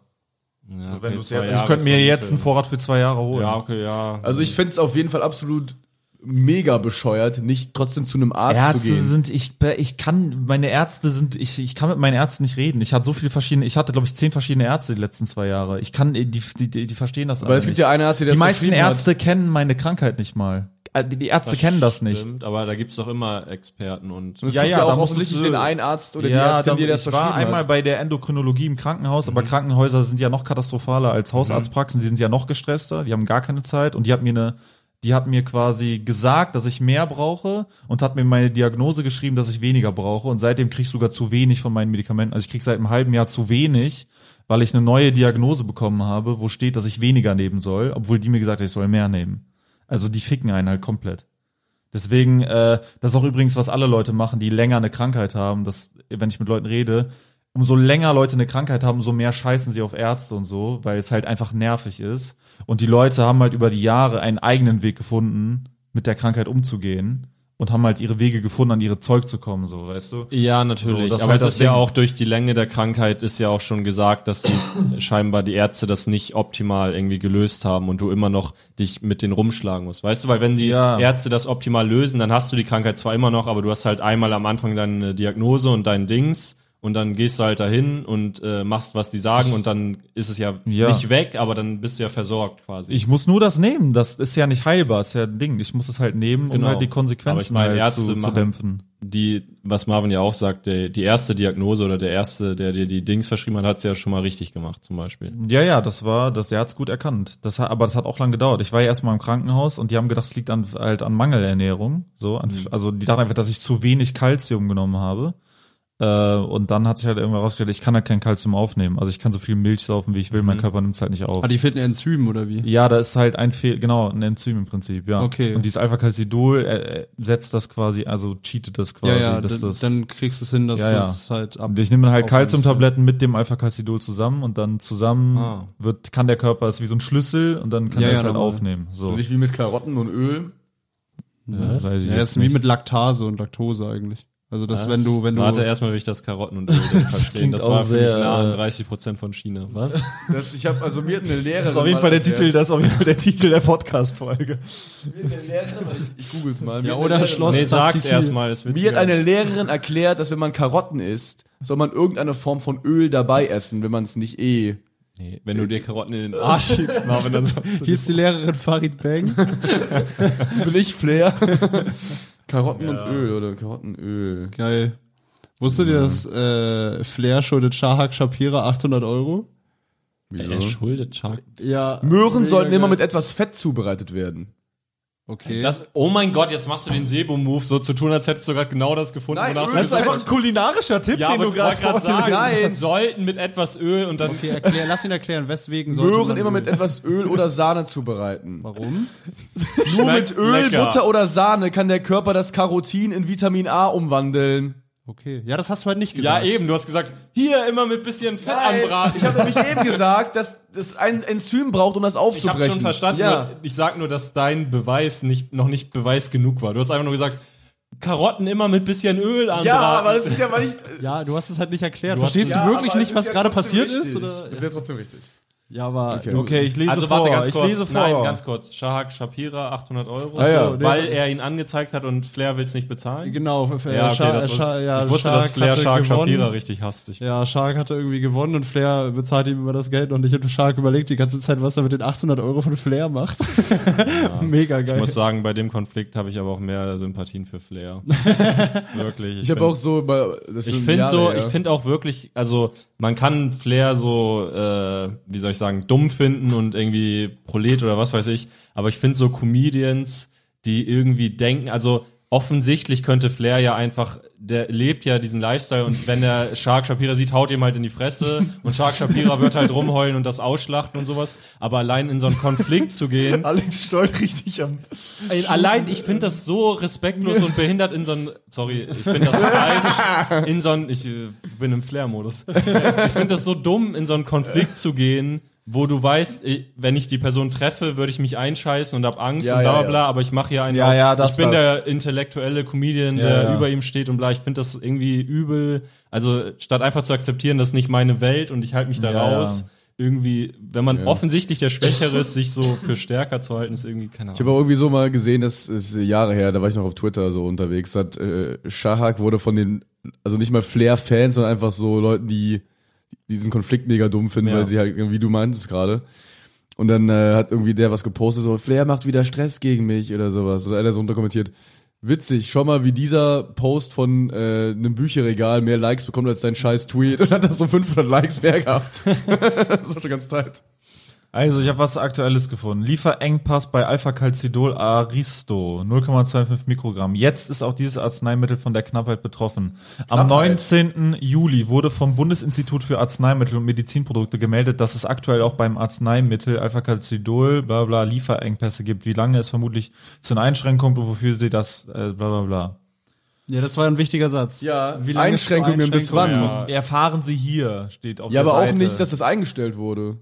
C: Ja,
D: Also, wenn du's jetzt, also ich könnte mir jetzt einen Vorrat für zwei Jahre holen.
C: Ja, okay, ja.
A: Also ich finde es auf jeden Fall absolut mega bescheuert, nicht trotzdem zu einem Arzt zu
D: Ärzte
A: gehen.
D: sind, ich, ich kann, meine Ärzte sind, ich, ich kann mit meinen Ärzten nicht reden. Ich hatte so viele verschiedene, ich hatte, glaube ich, zehn verschiedene Ärzte die letzten zwei Jahre. Ich kann, äh, die, die, die, die verstehen das
A: Weil es gibt ja einen Arzt, der
D: Die
A: das
D: meisten
A: verschrieben
D: Ärzte kennen meine Krankheit nicht mal. Äh, Die die Ärzte kennen das nicht.
C: Stimmt, aber da gibt's doch immer Experten und.
A: Und es
D: Ja,
A: gibt ja,
D: ja, da
A: auch
D: musst du-
A: offensichtlich den einen Arzt oder die
D: ja,
A: Ärztin,
D: da,
A: die das
D: ich war
A: verschrieben
D: einmal
A: hat. Mhm.
D: bei der Endokrinologie im Krankenhaus, aber Krankenhäuser sind ja noch katastrophaler als Hausarztpraxen, die sind ja noch gestresster, die haben gar keine Zeit und die hat mir eine die hat mir quasi gesagt, dass ich mehr brauche und hat mir meine Diagnose geschrieben, dass ich weniger brauche und seitdem krieg ich sogar zu wenig von meinen Medikamenten. Also ich krieg seit einem halben Jahr zu wenig, weil ich eine neue Diagnose bekommen habe, wo steht, dass ich weniger nehmen soll, obwohl die mir gesagt hat, ich soll mehr nehmen. Also die ficken einen halt komplett. Deswegen, äh, das ist auch übrigens, was alle Leute machen, die länger eine Krankheit haben, dass, wenn ich mit Leuten rede, umso länger Leute eine Krankheit haben, umso mehr scheißen sie auf Ärzte und so, weil es halt einfach nervig ist. Und die Leute haben halt über die Jahre einen eigenen Weg gefunden, mit der Krankheit umzugehen und haben halt ihre Wege gefunden, an ihre Zeug zu kommen, so, weißt du?
C: Ja, natürlich.
D: So, das ist
C: aber
D: halt
C: es
D: das
C: ist ja
D: Ding.
C: auch durch die Länge der Krankheit ist ja auch schon gesagt, dass die es- scheinbar die Ärzte das nicht optimal irgendwie gelöst haben und du immer noch dich mit denen rumschlagen musst. Weißt du, weil wenn die
D: Ja.
C: Ärzte das optimal lösen, dann hast du die Krankheit zwar immer noch, aber du hast halt einmal am Anfang deine Diagnose und dein Dings und dann gehst du halt dahin und äh, machst, was die sagen und dann ist es ja,
D: Ja.
C: nicht weg, aber dann bist du ja versorgt quasi.
D: Ich muss nur das nehmen, das ist ja nicht heilbar, ist ja ein Ding. Ich muss es halt nehmen, um
C: Genau.
D: halt die
C: Aber ich
D: Konsequenzen
C: meine,
D: halt
C: Ärzte
D: zu, zu
C: machen-
D: dämpfen.
C: die, was Marvin ja auch sagt, der, die erste Diagnose oder der erste, der dir die Dings verschrieben hat, hat es ja schon mal richtig gemacht zum Beispiel.
D: Ja, ja, das war, das, der hat's gut erkannt. Das hat, aber das hat auch lange gedauert. Ich war ja erstmal im Krankenhaus und die haben gedacht, es liegt an, halt an Mangelernährung. So, an,
B: Mhm.
D: also die dachten einfach, dass ich zu wenig Kalzium genommen habe. Äh, und dann hat sich halt irgendwann rausgestellt, ich kann halt kein Kalzium aufnehmen. Also ich kann so viel Milch saufen, wie ich will, mein Körper nimmt's halt nicht auf.
B: Mhm. Ah, die fehlten Enzymen oder wie?
D: Ja, da ist halt ein Fehl, genau, ein Enzym im Prinzip, ja.
B: Okay.
D: Und dieses Alpha-Calcidol äh, äh, setzt das quasi, also cheatet das quasi. dass
B: dann,
D: das,
B: dann kriegst du es hin, dass
D: Ja, ja.
B: du es halt ab.
D: und Ich nehme dann halt
B: Auf-
D: Calciumtabletten mit dem Alpha-Calcidol zusammen und dann zusammen
C: Ah.
D: wird, kann der Körper es wie so ein Schlüssel und dann kann
B: Ja,
D: er es
B: ja,
D: halt
B: normal. Also
D: aufnehmen. So.
A: Nicht wie mit Karotten und Öl.
D: Ja, weiß ich
B: Ja, das
D: jetzt
B: ist wie
D: nicht.
B: mit Laktase und Laktose eigentlich. Also das, wenn du, wenn du.
C: Warte erstmal, wie ich das Karotten und Öl verstehen.
D: klingt
C: Das
D: auch
C: war für mich
D: sehr,
C: nah an
D: äh,
C: 30 Prozent von China. Was?
A: Das,
C: <laughs>
A: ich habe also mir hat eine Lehrerin.
D: das ist auf jeden Fall der Titel, das ist auf jeden Fall der Titel der Podcast-Folge.
A: Ich, ich google's mal. Mir
B: ja,
A: hat eine
B: oder
A: Lehrerin-
B: Schloss.
C: nee, sag's
B: Tzatziki.
C: erstmal. Ist
A: Mir hat
C: witziger.
A: eine Lehrerin erklärt, dass wenn man Karotten isst, soll man irgendeine Form von Öl dabei essen, wenn man es nicht eh.
C: nee, wenn du dir Karotten in den Arsch schiebst, Marvin, dann sagst du.
B: Hier ist die Lehrerin Farid Bang.
A: <laughs> Bin ich Flair? Karotten und Öl oder Karottenöl.
B: Geil. Wusstet ihr, dass äh, Flair schuldet Shahak Shapira 800 Euro?
C: Er schuldet Chuck.
B: Ja.
A: Möhren sollten immer mit etwas Fett zubereitet werden.
B: Okay.
C: Das, oh mein Gott, jetzt machst du den Sebo-Move so zu tun, als hättest du gerade genau das gefunden,
A: Nein, Öl
C: du
A: ist einfach ein
D: kulinarischer Tipp,
C: ja, aber gerade grad sagen,
A: Nein.
C: sollten mit etwas Öl und dann
B: okay, erklär, lass ihn erklären, weswegen sollte
A: Möhren
B: man
A: immer mit
B: Öl-
A: etwas Öl oder Sahne zubereiten.
B: Warum?
A: Nur mit Öl,
C: lecker.
A: Butter oder Sahne kann der Körper das Carotin in Vitamin A umwandeln.
B: Okay. Ja, das hast du halt nicht
C: ja
B: gesagt.
C: eben, du hast gesagt, hier immer mit bisschen Fett anbraten.
A: ich habe nämlich eben gesagt, dass das ein Enzym braucht, um das
C: Ich
A: aufzubrechen.
C: habe schon verstanden.
A: Ja.
C: nur- Ich sag nur, dass dein Beweis nicht, noch nicht Beweis genug war. Du hast einfach nur gesagt, Karotten immer mit bisschen Öl anbraten.
A: Ja, aber das ist ja mal nicht.
B: Ja, du hast es halt nicht erklärt.
C: hast-
B: Verstehst
A: ja,
B: du wirklich
A: aber
B: nicht,
A: es
B: was
A: ist ja
B: gerade
A: trotzdem
B: passiert ist?
A: richtig.
B: Oder?
A: Das ist ja trotzdem richtig.
B: Ja, aber
A: Okay.
D: Okay, ich lese
C: also
D: vor.
C: warte ganz kurz.
D: Ich lese vor.
C: Nein, ganz kurz. Shahak Shapira 800 Euro,
A: Ah, ja.
C: So, weil er ihn angezeigt hat und Flair will es nicht bezahlen.
B: Genau, äh,
C: Ja, okay,
B: Sha-
C: das
B: äh,
C: wus-
B: Sha- ja,
C: ich wusste, dass
B: Shark
C: Flair
B: hatte
C: Shahak
B: gewonnen.
C: Shapira richtig hasst. Ich,
B: Ja, Shark hatte irgendwie gewonnen und Flair bezahlt ihm immer das Geld und ich habe Shark überlegt die ganze Zeit, was er mit den 800 Euro von Flair macht. <laughs> Mega
C: ich
B: geil.
C: muss sagen, bei dem Konflikt habe ich aber auch mehr Sympathien für Flair. Wirklich.
A: Ich habe
C: find-
A: auch so. bei- das ist
C: Ich
A: schon
C: finde
A: Jahre
C: so,
A: her.
C: ich finde auch wirklich, also man kann Flair so, äh, wie soll ich sagen, dumm finden und irgendwie prolet oder was weiß ich, aber ich finde so Comedians, die irgendwie denken, also offensichtlich könnte Flair ja einfach, der lebt ja diesen Lifestyle und wenn er Shark Shapira sieht, haut ihm halt in die Fresse und Shark Shapira wird halt rumheulen und das ausschlachten und sowas, aber allein in so einen Konflikt zu gehen,
A: Alex stolz richtig am.
C: Ey, Äh, Allein, ich finde das so respektlos und behindert in so ein, sorry, ich
F: <laughs>
C: finde das so falsch, in so ein, ich äh, bin im Flair-Modus. Ich finde das so dumm, in so einen Konflikt zu gehen, wo du weißt, eh, wenn ich die Person treffe, würde ich mich einscheißen und hab Angst
A: Ja,
C: und
A: ja,
C: bla bla
A: ja.
C: bla, aber ich mache ja einen,
F: Ja,
C: auf,
F: ja, das-
C: ich bin
F: das.
C: der intellektuelle Comedian, der
F: ja.
C: über ihm steht und bla, ich finde das irgendwie übel, also statt einfach zu akzeptieren, das ist nicht meine Welt und ich halte mich da
F: Ja, ja.
C: raus. Irgendwie, wenn man offensichtlich der Schwächere ist, sich so für stärker zu halten, ist irgendwie keine Ahnung.
A: Ich habe irgendwie so mal gesehen, das ist Jahre her, da war ich noch auf Twitter so unterwegs, hat äh, Shahak wurde von den, also nicht mal Flair-Fans, sondern einfach so Leuten, die diesen Konflikt mega dumm finden,
C: Ja.
A: weil sie halt, wie du meintest gerade. Und dann äh, hat irgendwie der was gepostet, so, Flair macht wieder Stress gegen mich oder sowas. Oder einer so unterkommentiert, witzig, schau mal, wie dieser Post von äh, einem Bücherregal mehr Likes bekommt als dein scheiß Tweet. <laughs> Und hat das so 500 Likes mehr gehabt. <laughs> das war schon ganz tight.
D: Also, ich habe was Aktuelles gefunden. Lieferengpass bei Alpha-Calcidol Aristo, 0,25 Mikrogramm. Jetzt ist auch dieses Arzneimittel von der Knappheit betroffen. Am 19. Juli wurde vom Bundesinstitut für Arzneimittel und Medizinprodukte gemeldet, dass es aktuell auch beim Arzneimittel Alpha-Calcidol bla bla Lieferengpässe gibt. Wie lange es vermutlich zu einer Einschränkung kommt und wofür sie das äh, bla bla bla.
B: Ja, das war ein wichtiger Satz.
A: Ja,
B: Wie lange ist zur
A: Einschränkungen bis wann?
C: Ja.
D: Erfahren Sie hier, steht auf
A: Ja,
D: der
A: aber auch
D: Seite.
A: nicht, dass das eingestellt wurde.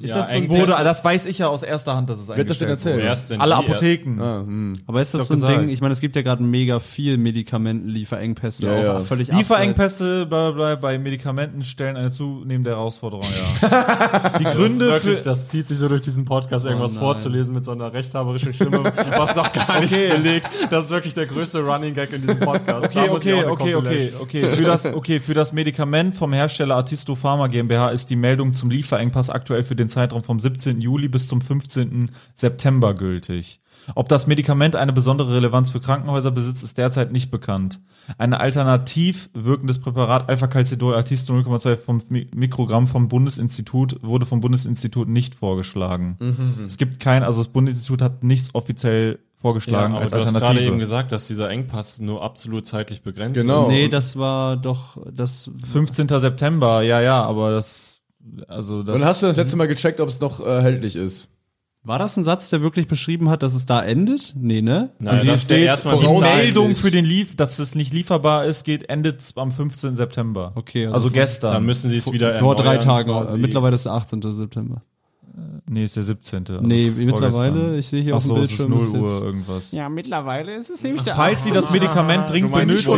B: Ist
C: Ja,
B: das so
C: eng-
B: ein
C: wurde
B: Ding,
C: alles-
D: das weiß ich ja aus erster Hand, dass es
A: Wer hat das denn erzählt?
C: Wer ist denn
D: Alle
C: die?
D: Apotheken.
A: Ah, hm.
B: aber ist das
D: Doch
B: so ein
D: gesagt.
B: Ding? Ich meine, es gibt ja gerade mega viel Medikamentenlieferengpässe,
A: Ja,
B: auch
A: ja.
B: völlig
D: Lieferengpässe bla bla, bla, bei Medikamenten stellen eine zunehmende Herausforderung, ja. Die Gründe für.
C: wirklich, das zieht sich so durch diesen Podcast, irgendwas
B: nein.
C: vorzulesen mit so einer rechthaberischen Stimme, was noch gar nicht
D: Okay.
C: belegt. Das ist wirklich der größte Running Gag in diesem Podcast.
D: Okay, okay, okay, okay, okay. Für das, okay, für das Medikament vom Hersteller Artisto Pharma GmbH ist die Meldung zum Lieferengpass aktuell für den Zeitraum vom 17. Juli bis zum 15. September gültig. Ob das Medikament eine besondere Relevanz für Krankenhäuser besitzt, ist derzeit nicht bekannt. Ein alternativ wirkendes Präparat Alpha-Calcidol Artisto 0,25 Mi- Mikrogramm vom Bundesinstitut wurde vom Bundesinstitut nicht vorgeschlagen. Es gibt kein, also das Bundesinstitut hat nichts offiziell vorgeschlagen
C: aber
D: als
C: du hast gerade eben
D: Alternative.
C: gesagt, dass dieser Engpass nur absolut zeitlich begrenzt
A: Genau.
C: ist.
B: Nee, das war doch das
D: 15. September, ja, ja, aber das, also das.
A: Wann hast du das letzte Mal gecheckt, ob es noch äh, erhältlich ist?
B: war das ein Satz, der wirklich beschrieben hat, dass es da endet? Nee, ne?
C: Nein,
D: Also hier
C: das ist der
D: steht
C: erstmal
D: die
A: voraus-
D: Meldung
A: eigentlich.
D: für den Lief, dass es nicht lieferbar ist, geht endet am 15. September.
B: Okay, also
D: also,
B: vor-
D: gestern.
C: Dann müssen sie es wieder
B: Vor drei
C: erneuern
B: Tagen. äh,
C: quasi.
B: Mittlerweile ist der 18. September.
D: nee, ist der 17. Also
B: nee, mittlerweile,
D: vorgestern.
B: ich sehe hier
D: Ach
B: auf dem
D: so, es ist
B: Bildschirm.
D: 0
B: ist jetzt-
D: Uhr irgendwas.
E: Ja, mittlerweile ist es nämlich der
D: Falls Sie das Medikament dringend benötigen,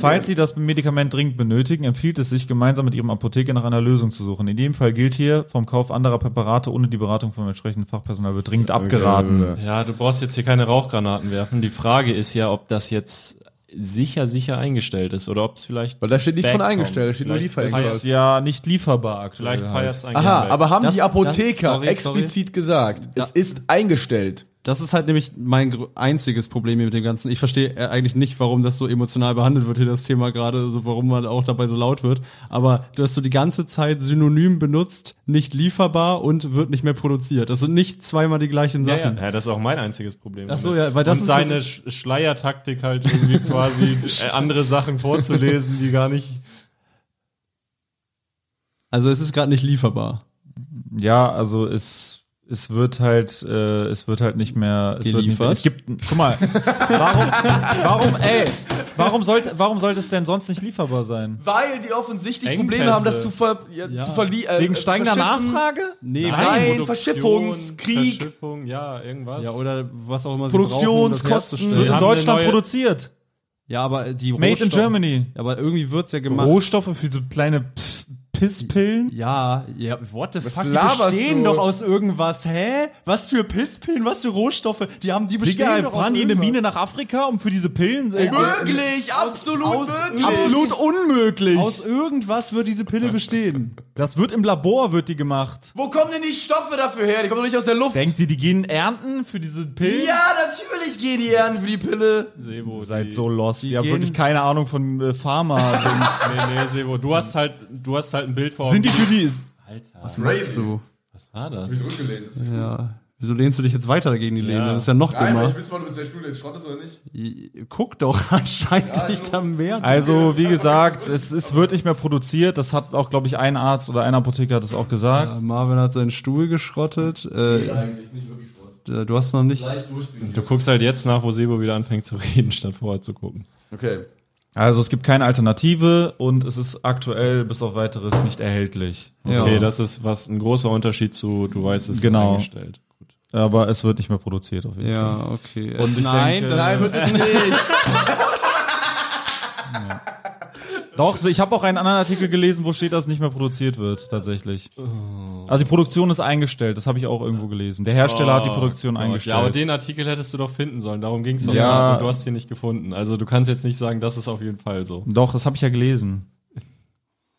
D: falls Sie das Medikament dringend benötigen, empfiehlt es sich, gemeinsam mit Ihrem Apotheker nach einer Lösung zu suchen. In dem Fall gilt hier, vom Kauf anderer Präparate ohne die Beratung von entsprechendem Fachpersonal wird dringend abgeraten.
C: Ja, du brauchst jetzt hier keine Rauchgranaten werfen. Die Frage ist ja, ob das jetzt sicher, sicher eingestellt ist oder ob es vielleicht.
A: Weil da steht nichts von
C: Backcom.
A: eingestellt, da steht nur
C: Vielleicht-
D: Das
A: Lieferengpass.
D: ist ja nicht lieferbar aktuell. halt.
C: Vielleicht feiert es eigentlich.
A: Aha, aber haben
B: Das-
A: die Apotheker
B: das- sorry,
A: explizit gesagt, es ist eingestellt.
B: Das ist halt nämlich mein gr- einziges Problem hier mit dem Ganzen. Ich verstehe äh, eigentlich nicht, warum das so emotional behandelt wird, hier das Thema gerade, so warum man auch dabei so laut wird. Aber du hast so die ganze Zeit synonym benutzt, nicht lieferbar und wird nicht mehr produziert. Das sind nicht zweimal die gleichen
C: Ja,
B: Sachen.
C: ja. ja, das ist auch mein einziges Problem.
B: Ach so,
C: damit.
B: ja, weil das
C: Und
B: ist
C: seine Sch Schleiertaktik halt
B: <laughs>
C: irgendwie quasi äh, andere Sachen vorzulesen, die gar nicht.
B: Also es ist gerade nicht lieferbar.
D: Ja, also es, es wird halt, äh, es wird halt nicht mehr es Wird nicht mehr,
B: Geliefert?
D: es gibt, guck mal, warum, warum, ey, warum sollte, warum sollte es denn sonst nicht lieferbar sein?
A: Weil die offensichtlich
C: Engpässe.
A: ver ja, zu äh, verlieren.
D: Wegen steigender Nachfrage?
B: Nee,
A: Nein,
C: Produktion,
A: Verschiffungskrieg.
C: Verschiffung, ja, irgendwas.
B: Ja, oder was auch immer sie
A: Produktionskosten.
B: brauchen, um
D: Es
B: das
D: wird
B: herzustellen.
C: Wir
D: in
C: haben
D: Deutschland
C: eine neue-
D: produziert.
B: Ja, aber die
D: Made in
B: Rohstoffe-
D: Germany.
B: Aber irgendwie wird's ja gemacht.
D: Rohstoffe für so kleine Pss- Pisspillen?
B: Ja, ja, what the fuck? Die
A: laberst
B: bestehen
A: du?
B: doch aus irgendwas. Hä? Was für Pisspillen, was für Rohstoffe? Die haben die bestehen
D: Digga,
B: doch
D: fahren
B: aus
D: die in eine
B: irgendwas.
D: Mine nach Afrika, um für diese Pillen? Äh,
A: Möglich, absolut möglich.
D: Absolut unmöglich.
B: Aus irgendwas wird diese <laughs> Pille bestehen.
D: Das wird im Labor, wird die gemacht.
A: Wo kommen denn die Stoffe dafür her? Die kommen doch nicht aus der Luft.
D: Denkt ihr, die gehen ernten für diese Pillen?
A: Ja, natürlich gehen die Ehren für die Pille.
C: Sebo, die-
D: Seid so lost. Ihr habt
B: gehen-
D: wirklich keine Ahnung von äh, Pharma.
C: Nee, nee, Sebo, du hast halt, du hast halt ein Bild vor.
D: Sind die für die.
C: Alter, was,
A: Crazy.
B: So,
C: war das?
A: Zurückgelehnt ist.
B: ja. Wieso lehnst du dich jetzt weiter gegen die Lehne?
C: Ja.
B: Das ist ja noch dümmer.
A: wissen, ob der Stuhl jetzt Schrott ist oder nicht.
B: Guck doch, <laughs> anscheinend
A: Ja,
B: dich
A: so-
B: da mehr.
D: Also, wie gesagt, es, es wird nicht mehr produziert. Das hat auch, glaube ich, ein Arzt oder ein Apotheker hat es auch gesagt.
B: Ja, Marvin hat seinen Stuhl geschrottet. Äh,
A: Eigentlich nicht wirklich Schrott.
B: äh, du hast noch nicht.
A: Leicht durchspielen.
C: Du guckst halt jetzt nach, wo Sebo wieder anfängt zu <laughs> reden, statt vorher zu gucken.
A: Okay.
D: Also, es gibt keine Alternative und es ist aktuell bis auf weiteres nicht erhältlich.
C: Okay,
B: Ja.
C: das ist was ein großer Unterschied zu, du weißt es
D: Genau.
C: eingestellt. Gut.
D: Aber es wird nicht mehr produziert, auf jeden Fall.
B: Ja, okay.
D: Und ich Nein, denke-
A: Nein, wird
D: <laughs>
A: es nicht.
D: Doch, ich habe auch einen anderen Artikel gelesen, wo steht, dass es nicht mehr produziert wird, tatsächlich. Also die Produktion ist eingestellt, das habe ich auch irgendwo gelesen. Der Hersteller hat die Produktion
C: Oh Gott.
D: eingestellt.
C: Ja, aber den Artikel hättest du doch finden sollen. Darum ging es doch.
D: Ja.
C: nicht. Du hast ihn nicht gefunden. Also du kannst jetzt nicht sagen, das ist auf jeden Fall so.
D: Doch, das habe ich ja gelesen.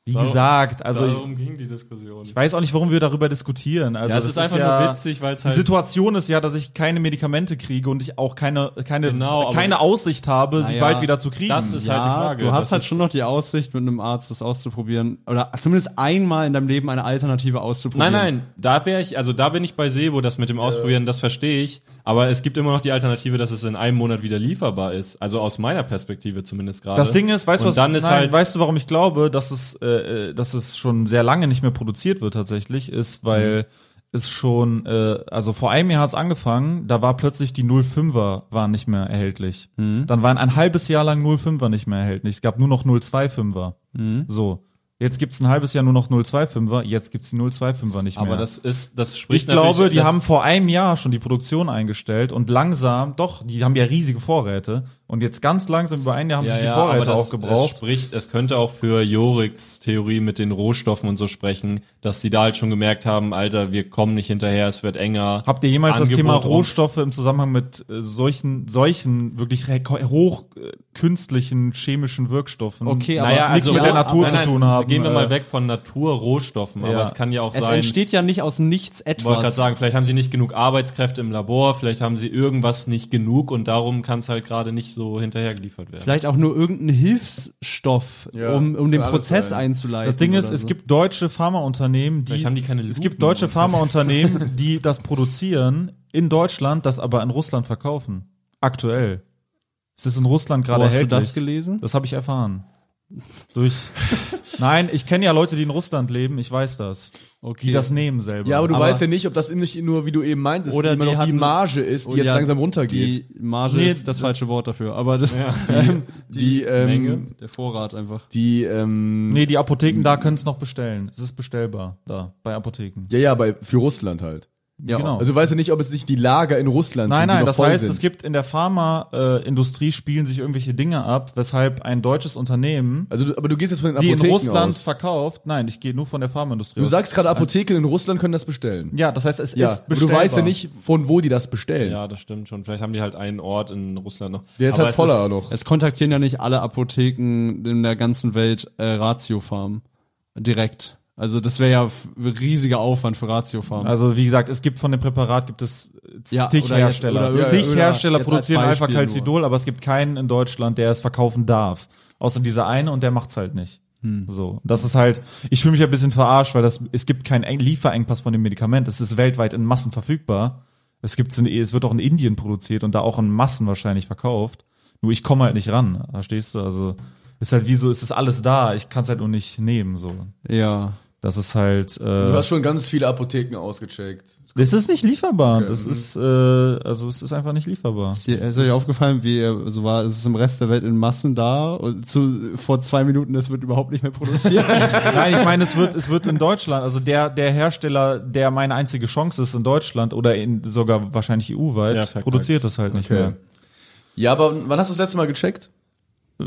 D: Wie
C: Darum-
D: gesagt, also ich,
C: Darum ging die Diskussion.
D: ich weiß auch nicht, warum wir darüber diskutieren. Also
C: ja, es ist einfach
D: ja,
C: nur witzig, weil es
D: Die
C: halt
D: Situation ist ja, dass ich keine Medikamente kriege und ich auch keine, keine,
C: Genau, aber-
D: keine Aussicht habe, sie
B: Naja,
D: bald wieder zu kriegen.
C: das ist halt die Frage.
B: Du
C: Das
B: hast halt
C: ist-
B: schon noch die Aussicht, mit einem Arzt das auszuprobieren. Oder zumindest einmal in deinem Leben eine Alternative auszuprobieren.
C: Nein, nein, da wäre ich, also da bin ich bei Sebo, das mit dem Ausprobieren, das verstehe ich. Aber es gibt immer noch die Alternative, dass es in einem Monat wieder lieferbar ist. Also aus meiner Perspektive zumindest gerade.
D: Das Ding ist, weißt du,
C: Und
D: was,
C: dann ist
D: nein,
C: halt,
D: weißt du, warum ich glaube, dass es, äh, äh, dass es schon sehr lange nicht mehr produziert wird tatsächlich, ist,
C: Mhm.
D: weil es schon, äh, also vor einem Jahr hat es angefangen, da war plötzlich die 05er waren nicht mehr erhältlich.
C: Mhm.
D: Dann waren ein halbes Jahr lang 05er nicht mehr erhältlich. Es gab nur noch 025er.
C: Mhm.
D: So. Jetzt gibt's ein halbes Jahr nur noch 025er, jetzt gibt's die 025er nicht mehr.
C: aber das ist, das spricht
D: ich glaube,
C: natürlich-
D: die
C: das-
D: haben vor einem Jahr schon die Produktion eingestellt und langsam, doch, die haben ja riesige Vorräte und jetzt ganz langsam über ein Jahr haben sich die Vorräte
C: aber das,
D: auch gebraucht.
C: Es, spricht, es könnte auch für Joriks Theorie mit den Rohstoffen und so sprechen, dass die da halt schon gemerkt haben, Alter, wir kommen nicht hinterher, es wird enger.
D: Habt ihr jemals das
C: Angebot
D: Thema
C: und-
D: Rohstoffe im Zusammenhang mit äh, solchen, solchen wirklich re- hoch äh, künstlichen chemischen Wirkstoffen?
B: Okay, aber
C: Naja,
D: nichts
C: also
D: mit der
C: ja,
D: Natur
C: nein,
D: zu
C: nein,
D: tun haben.
C: Gehen wir
D: äh,
C: mal weg von Naturrohstoffen, aber
D: ja.
C: es kann ja auch
B: es
C: sein.
B: entsteht ja nicht aus nichts
C: Ich wollte gerade
B: etwas.
C: sagen, vielleicht haben sie nicht genug Arbeitskräfte im Labor, vielleicht haben sie irgendwas nicht genug und darum kann es halt gerade nicht so hinterher geliefert werden.
B: Vielleicht auch nur irgendeinen Hilfsstoff,
A: Ja,
B: um, um den
A: kann alles
B: Prozess
A: sein.
B: einzuleiten.
D: Das Ding
B: oder
D: ist, es
B: so.
D: gibt deutsche Pharmaunternehmen, die,
C: Vielleicht haben die keine
D: es
C: Lupen
D: gibt deutsche
C: oder so.
D: Pharmaunternehmen, die das produzieren in Deutschland, das aber in Russland verkaufen. Aktuell. Es ist in Russland
B: Wo
D: gerade
B: hast du
D: erhältlich.
B: das gelesen?
D: Das habe ich erfahren. Durch. Nein, ich kenne ja Leute, die in Russland leben, ich weiß das.
B: Okay.
D: Die das nehmen selber.
A: Ja, aber du
B: Aber-
A: weißt ja nicht, ob das nicht nur, wie du eben meintest,
B: Oder
A: immer
B: die
A: noch die
B: hatten-
A: Marge ist, die
D: Oh
B: Und
A: Oh, jetzt
B: ja,
A: langsam runtergeht.
B: Die Marge
D: Nee,
B: ist das,
D: das-
B: falsche Wort dafür, aber das, <laughs>
A: Die,
C: Menge?
A: ähm,
B: der Vorrat einfach.
A: die, ähm,
D: Nee, die Apotheken da können es noch bestellen. Es ist bestellbar da bei Apotheken.
A: ja, ja, bei, für Russland halt.
B: Ja,
D: genau.
A: Also du weißt ja nicht, ob es nicht die Lager in Russland sind,
D: Nein,
A: die
D: nein,
A: noch
D: das
A: voll
D: heißt,
A: sind.
D: es gibt in der Pharmaindustrie äh, Industrie spielen sich irgendwelche Dinge ab, weshalb ein deutsches Unternehmen,
A: also, du- aber du gehst jetzt von den
D: die in
A: Apotheken
D: Russland
A: aus.
D: verkauft, nein, ich gehe nur von der Pharmaindustrie
A: Du
D: aus.
A: sagst gerade, Apotheken in Russland können das bestellen.
D: ja, das heißt, es
A: Ja,
D: ist
A: aber du weißt ja nicht, von wo die das bestellen.
C: ja, das stimmt schon. Vielleicht haben die halt einen Ort in Russland noch.
A: Der ist
C: Aber
A: halt
C: es
A: voller
C: ist-
A: noch.
B: Es kontaktieren ja nicht alle Apotheken in der ganzen Welt äh, Ratio Farm direkt. Also das wäre ja f- riesiger Aufwand für Ratio Farm.
D: Also wie gesagt, es gibt von dem Präparat gibt es äh,
B: Ja,
D: zig
B: oder jetzt-
D: Hersteller.
B: oder-
D: zig
B: oder-
D: Hersteller
B: jetzt als
D: produzieren
B: Beispiel
D: Alpha-Calcidol, aber es gibt keinen in Deutschland, der es verkaufen darf. Außer dieser eine und der macht's halt nicht.
B: Hm.
D: So, das ist halt, ich fühle mich ein bisschen verarscht, weil das, es gibt keinen Eng- Lieferengpass von dem Medikament. Es ist weltweit in Massen verfügbar. Es gibt's in, es wird auch in Indien produziert und da auch in Massen wahrscheinlich verkauft. Nur ich komme halt nicht ran, verstehst du? Also, ist halt wie so, es ist alles da, ich kann's halt nur nicht nehmen, so.
B: ja.
D: Das ist halt, äh,
A: Du hast schon ganz viele Apotheken ausgecheckt.
D: das ist nicht lieferbar. Das
A: mhm.
D: ist äh, also es ist einfach nicht lieferbar.
B: Ist dir, ist euch aufgefallen, wie ihr- so war, es ist im Rest der Welt in Massen da und zu, vor zwei Minuten, das wird überhaupt nicht mehr produziert.
D: <laughs> Nein, ich meine, es wird es wird in Deutschland, also der der Hersteller, der meine einzige Chance ist in Deutschland oder in sogar wahrscheinlich
C: Ja,
D: EU-weit,
C: verkackt.
D: produziert es halt nicht
A: Okay.
D: mehr.
A: Ja, aber wann hast du das letzte Mal gecheckt?
D: Äh,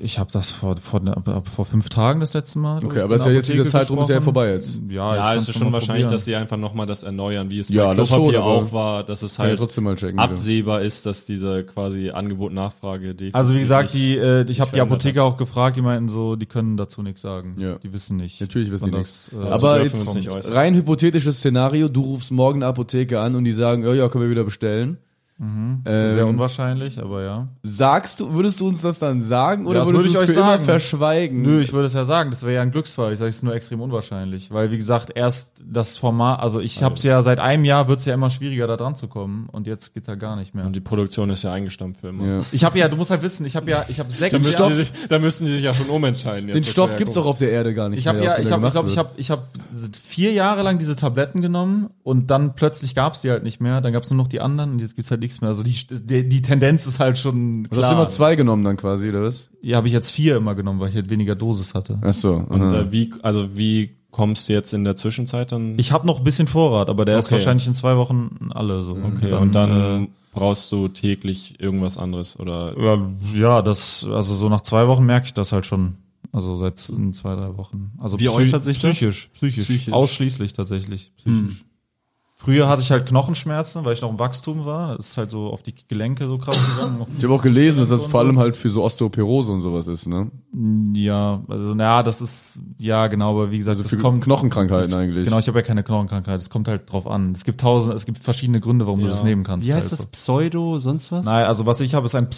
D: Ich habe das vor vor ab- ab- vor fünf Tagen das letzte Mal.
A: Okay, aber ist ja jetzt dieser Zeitraum ist ja vorbei jetzt.
D: Ja,
C: Ja,
D: ich
C: es
D: kann's
C: ist schon
D: Halt mal
C: wahrscheinlich,
D: probieren.
C: dass sie einfach nochmal das erneuern, wie es
A: Ja,
C: bei
A: das
C: Klopapier
A: schon, aber
C: auch war, dass es
A: Kann ja
C: halt
A: trotzdem mal checken. wieder.
C: absehbar ist, dass diese quasi Angebot-Nachfrage definitiv
D: Also wie gesagt,
C: nicht-
D: die äh, ich habe die
C: verändert
D: Apotheker auch gefragt, die meinten so, die können dazu nichts sagen.
A: Ja.
D: Die wissen nicht.
A: Natürlich wissen
D: wann
A: die nichts.
D: das, äh,
A: Aber
C: Also dürfen wir uns
A: jetzt
C: nicht äußern.
A: oh rein hypothetisches Szenario, du rufst morgen eine Apotheke an und die sagen, ja, ja, können wir wieder bestellen. Ähm,
D: Mhm. äh, Sehr unwahrscheinlich, aber ja.
A: Sagst du, würdest du uns das dann sagen oder
D: das
A: würdest
D: würde
A: du
D: ich
A: es
D: euch
A: für immer
D: sagen.
A: verschweigen?
D: Nö, ich würde es ja sagen, das wäre ja ein Glücksfall. Ich sage es ist nur extrem unwahrscheinlich, weil wie gesagt, erst das Format, also ich habe es ja seit einem Jahr wird es ja immer schwieriger da dran zu kommen und jetzt geht ja gar nicht
B: Mhm.
D: mehr.
C: Und die Produktion ist ja eingestampft für immer.
A: Ja.
D: Ich habe ja, du musst halt wissen, ich habe ja, ich habe sechs
C: Da, müssen
D: Jahre,
C: die sich, da müssen die sich ja schon umentscheiden.
A: Den Stoff gibt's doch auf der Erde gar nicht
D: ich habe
A: mehr.
D: ja,
A: was
D: ich
A: da
D: habe, ich
A: gemacht
D: glaube, ich
A: wird.
D: habe, ich habe vier Jahre lang diese Tabletten genommen und dann plötzlich gab es die halt nicht mehr. Dann gab es nur noch die anderen und jetzt gibt's halt nichts mehr. Also die, die, die Tendenz ist halt schon
A: Du hast immer
D: klar.
A: zwei genommen dann quasi, oder was?
D: Ja, habe ich jetzt vier immer genommen, weil ich halt weniger Dosis hatte.
A: Ach so.
C: Und,
A: aha.
C: äh, wie, also wie kommst du jetzt in der Zwischenzeit dann?
D: Ich habe noch ein bisschen Vorrat, aber der ist
C: Okay.
D: wahrscheinlich äh, in zwei Wochen alle so.
B: Mhm.
C: okay, und dann brauchst du täglich irgendwas anderes oder
D: Ja, ja, das, also so nach zwei Wochen merke ich das halt schon. Also seit z- zwei, drei Wochen. Also
B: Wie äußert sich das?
D: psychisch, Psychisch,
B: Psychisch. Mhm.
D: Ausschließlich tatsächlich. Psychisch. Früher hatte ich halt Knochenschmerzen, weil ich noch im Wachstum war. Das ist halt so auf die Gelenke so krass gegangen. auf die
A: Ich habe auch gelesen, dass das
D: und
A: vor
D: so.
A: allem halt für so Osteoporose und sowas ist, ne?
D: Ja, also naja, das ist, ja genau, aber wie gesagt,
A: Also
D: das
A: für
D: kommt.
A: Knochenkrankheiten
D: das,
A: eigentlich.
D: Genau, ich habe ja keine Knochenkrankheit. Es kommt halt drauf an. Es gibt tausend, es gibt verschiedene Gründe, warum du
C: Ja.
D: das nehmen kannst.
B: <laughs> Wie heißt
D: halt
B: das?
D: so.
B: Pseudo, sonst was?
D: Nein, also was ich habe, ist ein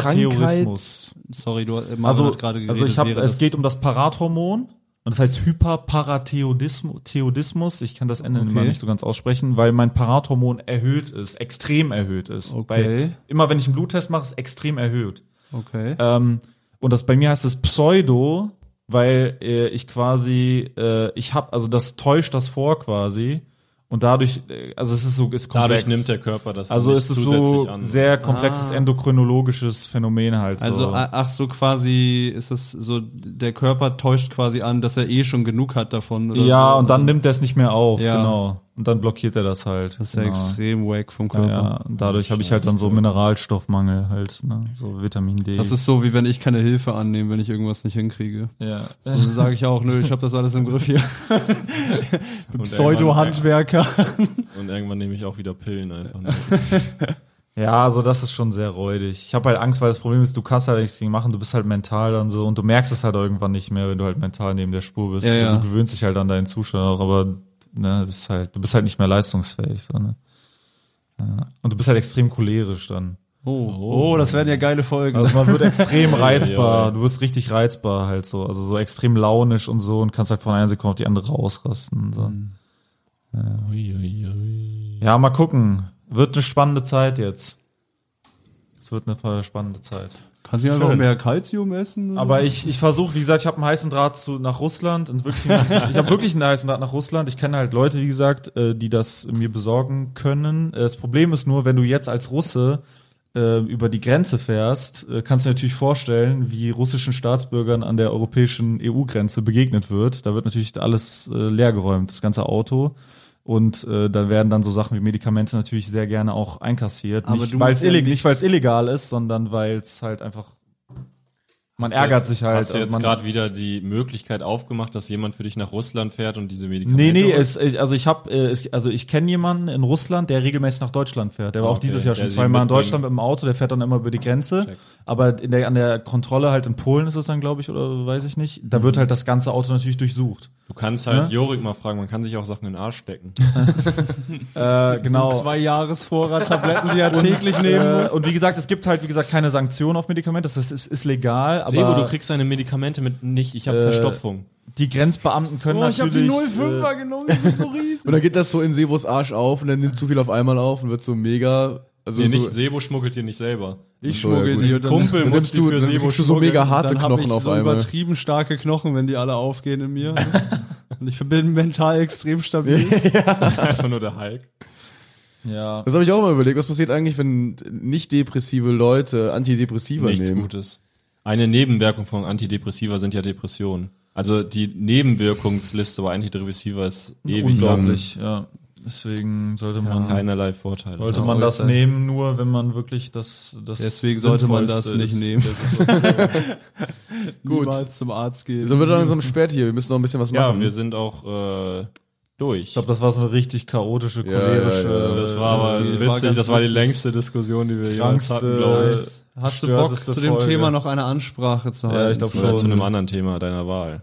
D: Pseudo-Hyperparatheorismus.
B: Sorry, du Manu
D: Also,
B: hat gerade
D: also ich habe,
B: wäre
D: es
B: das-
D: geht um das Parathormon und das heißt Hyperparatheodismus. Theodismus. Ich kann das Ende
B: Okay.
D: immer nicht so ganz aussprechen, weil mein Parathormon erhöht ist, extrem erhöht ist.
B: Okay.
D: Weil immer wenn ich einen Bluttest mache, ist extrem erhöht.
B: Okay. Äh,
D: Ähm, und das bei mir heißt es Pseudo, weil äh, ich quasi, äh, ich habe, also das täuscht das vor quasi. Und dadurch, äh, also es ist so, es
C: dadurch nimmt der Körper das
D: also
C: nicht
D: es ist so
C: an.
D: sehr komplexes
B: Ah.
D: endokrinologisches Phänomen halt. So.
B: Also, a- ach so, quasi ist es so, der Körper täuscht quasi an, dass er eh schon genug hat davon. Oder
D: ja,
B: so.
D: und dann nimmt er es nicht mehr auf,
B: also, ähm, Ja.
D: genau. Und dann blockiert er das halt.
B: Das ist ja
D: genau.
B: extrem wack vom
D: Ja,
B: Körper.
D: ja. Und dadurch habe ich halt dann so Mineralstoffmangel halt, ne? so Vitamin D.
B: Das
A: Mhm.
B: ist so, wie wenn ich keine Hilfe annehme, wenn ich irgendwas nicht hinkriege.
D: ja.
B: So sage ich auch, nö, ich habe das alles im
A: <laughs>
B: Griff hier. Pseudo-Handwerker.
C: Und irgendwann nehme ich auch wieder Pillen einfach. Ne?
D: ja, also das ist schon sehr räudig. Ich habe halt Angst, weil das Problem ist, du kannst halt nichts gegen machen, du bist halt mental dann so und du merkst es halt irgendwann nicht mehr, wenn du halt mental neben der Spur bist.
B: Ja, ja.
D: Du gewöhnst dich halt an deinen Zustand auch, aber ne, das ist halt, du bist halt nicht mehr leistungsfähig. So, ne? ja. Und du bist halt extrem cholerisch dann.
B: Oh, das werden ja geile Folgen.
D: <laughs> Also man wird extrem reizbar.
C: ja.
D: Du wirst richtig reizbar halt so. Also so extrem launisch und so und kannst halt von einer Sekunde auf die andere ausrasten. So. Ja, mal gucken. Wird eine spannende Zeit jetzt. Es wird eine voll spannende Zeit.
B: Kannst du nicht einfach mehr Kalzium essen?
D: Aber ich, ich versuche, wie gesagt, ich habe einen heißen Draht zu, nach Russland und wirklich, ich habe wirklich einen heißen Draht nach Russland. Ich kenne halt Leute, wie gesagt, äh, die das mir besorgen können. Äh, Das Problem ist nur, wenn du jetzt als Russe äh, über die Grenze fährst, äh, kannst du dir natürlich vorstellen, wie russischen Staatsbürgern an der europäischen EU-Grenze begegnet wird. Da wird natürlich alles äh, leergeräumt, das ganze Auto. Und äh, da werden dann so Sachen wie Medikamente natürlich sehr gerne auch einkassiert.
B: Aber
D: nicht,
B: du
D: weil es
B: musst ja
D: illeg nicht, weil es illegal ist, sondern weil es halt einfach man
C: Hast du
D: ärgert
C: jetzt-
D: sich halt.
C: Hast du jetzt
D: man-
C: gerade wieder die Möglichkeit aufgemacht, dass jemand für dich nach Russland fährt und diese Medikamente?
D: Nee, nee,
C: holt?
D: es, ich, also ich habe, also ich kenne jemanden in Russland, der regelmäßig nach Deutschland fährt. Der war auch
C: Ah, Okay,
D: dieses Jahr
C: der
D: schon
C: sie
D: zweimal in
C: mitbringt.
D: Deutschland mit dem Auto, der fährt dann immer über die Grenze.
C: Check.
D: Aber in der, an der Kontrolle halt in Polen ist es dann, glaube ich, oder weiß ich nicht. Da
C: Mhm.
D: wird halt das ganze Auto natürlich durchsucht.
C: du kannst halt
D: ne?
C: Jorik mal fragen, man kann sich auch Sachen in den Arsch
D: <laughs>
C: stecken.
D: Äh, genau.
B: zwei Jahresvorrat Tabletten,
D: <laughs>
B: die er täglich nehmen
D: Äh,
B: muss.
D: und wie gesagt, es gibt halt, wie gesagt, keine Sanktionen auf Medikamente. Das ist, ist, ist legal, aber
C: Sebo, du kriegst deine Medikamente mit nicht, ich habe
D: Äh,
C: Verstopfung.
D: die Grenzbeamten können
C: Oh,
D: natürlich. äh,
B: genommen, die sind so
D: <laughs>
B: riesig.
A: Und dann geht das so in Sebos Arsch auf und dann nimmt zu viel auf einmal auf und wird so mega. Also
C: Nee,
A: so,
C: nicht Sebo schmuggelt dir nicht selber.
B: Ich
A: So, ja,
B: schmuggel
A: gut.
B: die und dann,
C: Kumpel
A: dann
C: muss
A: nimmst
C: die
A: du,
C: für
A: dann
C: Sebo
A: kriegst du so mega harte
B: dann hab
A: Knochen
B: ich
A: auf
B: so
A: einmal.
B: übertrieben starke Knochen, wenn die alle aufgehen in mir. und ich bin mental extrem stabil.
C: Einfach nur der Hulk.
D: ja.
A: Das habe ich auch mal überlegt. Was passiert eigentlich, wenn nicht depressive Leute Antidepressiva
C: Nichts
A: nehmen?
C: Gutes. Eine Nebenwirkung von Antidepressiva sind ja Depressionen. Also die Nebenwirkungsliste bei Antidepressiva ist ewig lang.
D: Unglaublich, ja. Deswegen sollte man
C: Keinerlei Vorteile.
D: Sollte
C: Ja.
D: man das
B: äußern.
D: nehmen, nur wenn man wirklich das. das
B: Deswegen sollte man das
D: Sinnvollste
B: nicht
D: ist.
B: nehmen.
A: <laughs> Gut.
B: Niemals zum Arzt gehen.
A: So wird langsam spät hier. Wir müssen noch ein bisschen was
C: Ja,
A: machen.
C: wir sind auch äh, durch. Äh,
D: Ich äh, glaube, das war so eine richtig chaotische,
A: Ja,
D: cholerische.
A: ja, ja.
C: Das war aber
B: die
C: witzig,
B: war ganz
C: das war die
B: witzig.
C: längste Diskussion, die wir jemals
D: Krankste-
C: hatten, glaube ich.
B: Hast du Bock,
D: Störteste
B: zu dem
D: Folge.
B: Thema noch eine Ansprache zu halten?
D: ich glaub
C: Oder
D: schon.
C: Äh, zu einem anderen Thema deiner <laughs> Wahl.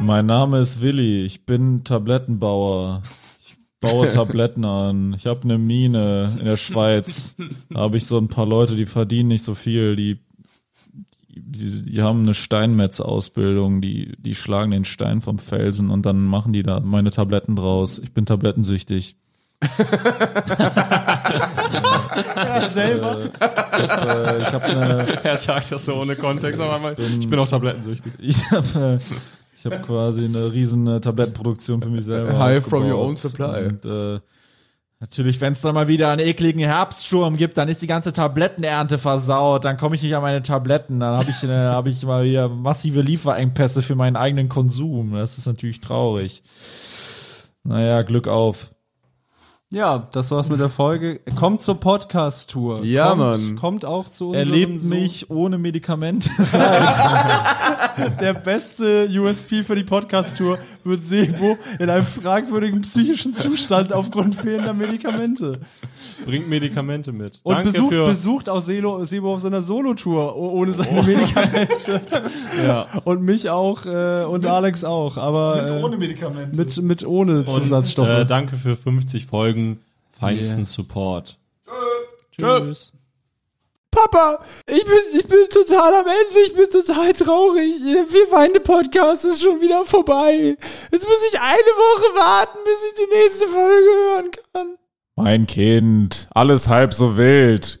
D: Mein Name ist Willi, ich bin Tablettenbauer. Ich baue Tabletten an. Ich habe eine Mine in der Schweiz. Da habe ich so ein paar Leute, die verdienen nicht so viel, die, die, die haben eine Steinmetzausbildung, die, die schlagen den Stein vom Felsen und dann machen die da meine Tabletten draus. Ich bin tablettensüchtig.
F: selber.
D: Äh, ich habe eine
C: Er sagt das so ohne Kontext, aber mal, ich bin auch tablettensüchtig.
D: Ich habe ich hab quasi eine riesen äh, Tablettenproduktion für mich selber.
A: High from
D: aufgebaut.
A: your own supply.
D: Und, äh, natürlich, wenn es dann mal wieder einen ekligen Herbststurm gibt, dann ist die ganze Tablettenernte versaut. Dann komme ich nicht an meine Tabletten. Dann habe
A: <laughs>
D: ich, eine- hab ich mal wieder massive Lieferengpässe für meinen eigenen Konsum. Das ist natürlich traurig. Naja, Glück auf.
B: Ja, das war's mit der Folge. Kommt zur Podcast-Tour.
A: Ja,
B: kommt,
A: Mann.
B: Kommt auch zu unserem
D: Erlebt
B: so-
D: mich ohne Medikamente.
B: <laughs> Der beste USP für die Podcast-Tour wird Sebo in einem fragwürdigen psychischen Zustand aufgrund fehlender Medikamente.
C: Bringt Medikamente mit.
B: Und
C: Danke
B: besucht,
C: für
B: besucht auch Selo, Sebo auf seiner Solo-Tour o- ohne seine Medikamente.
C: Ja.
B: Und mich auch äh, und Alex auch. Aber mit ohne Medikamente. Mit, mit ohne Zusatzstoffe.
C: äh, danke für 50 Folgen feinsten Support. Tschüss.
B: Papa, ich bin, ich bin total am Ende, ich bin total traurig. äh, Wir weine Podcast ist schon wieder vorbei. Jetzt muss ich eine Woche warten, bis ich die nächste Folge hören kann.
D: mein Kind, alles halb so wild.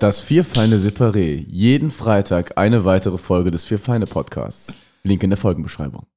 A: Das Vierfeine Separé. Jeden Freitag eine weitere Folge des Vierfeine Podcasts. Link in der Folgenbeschreibung.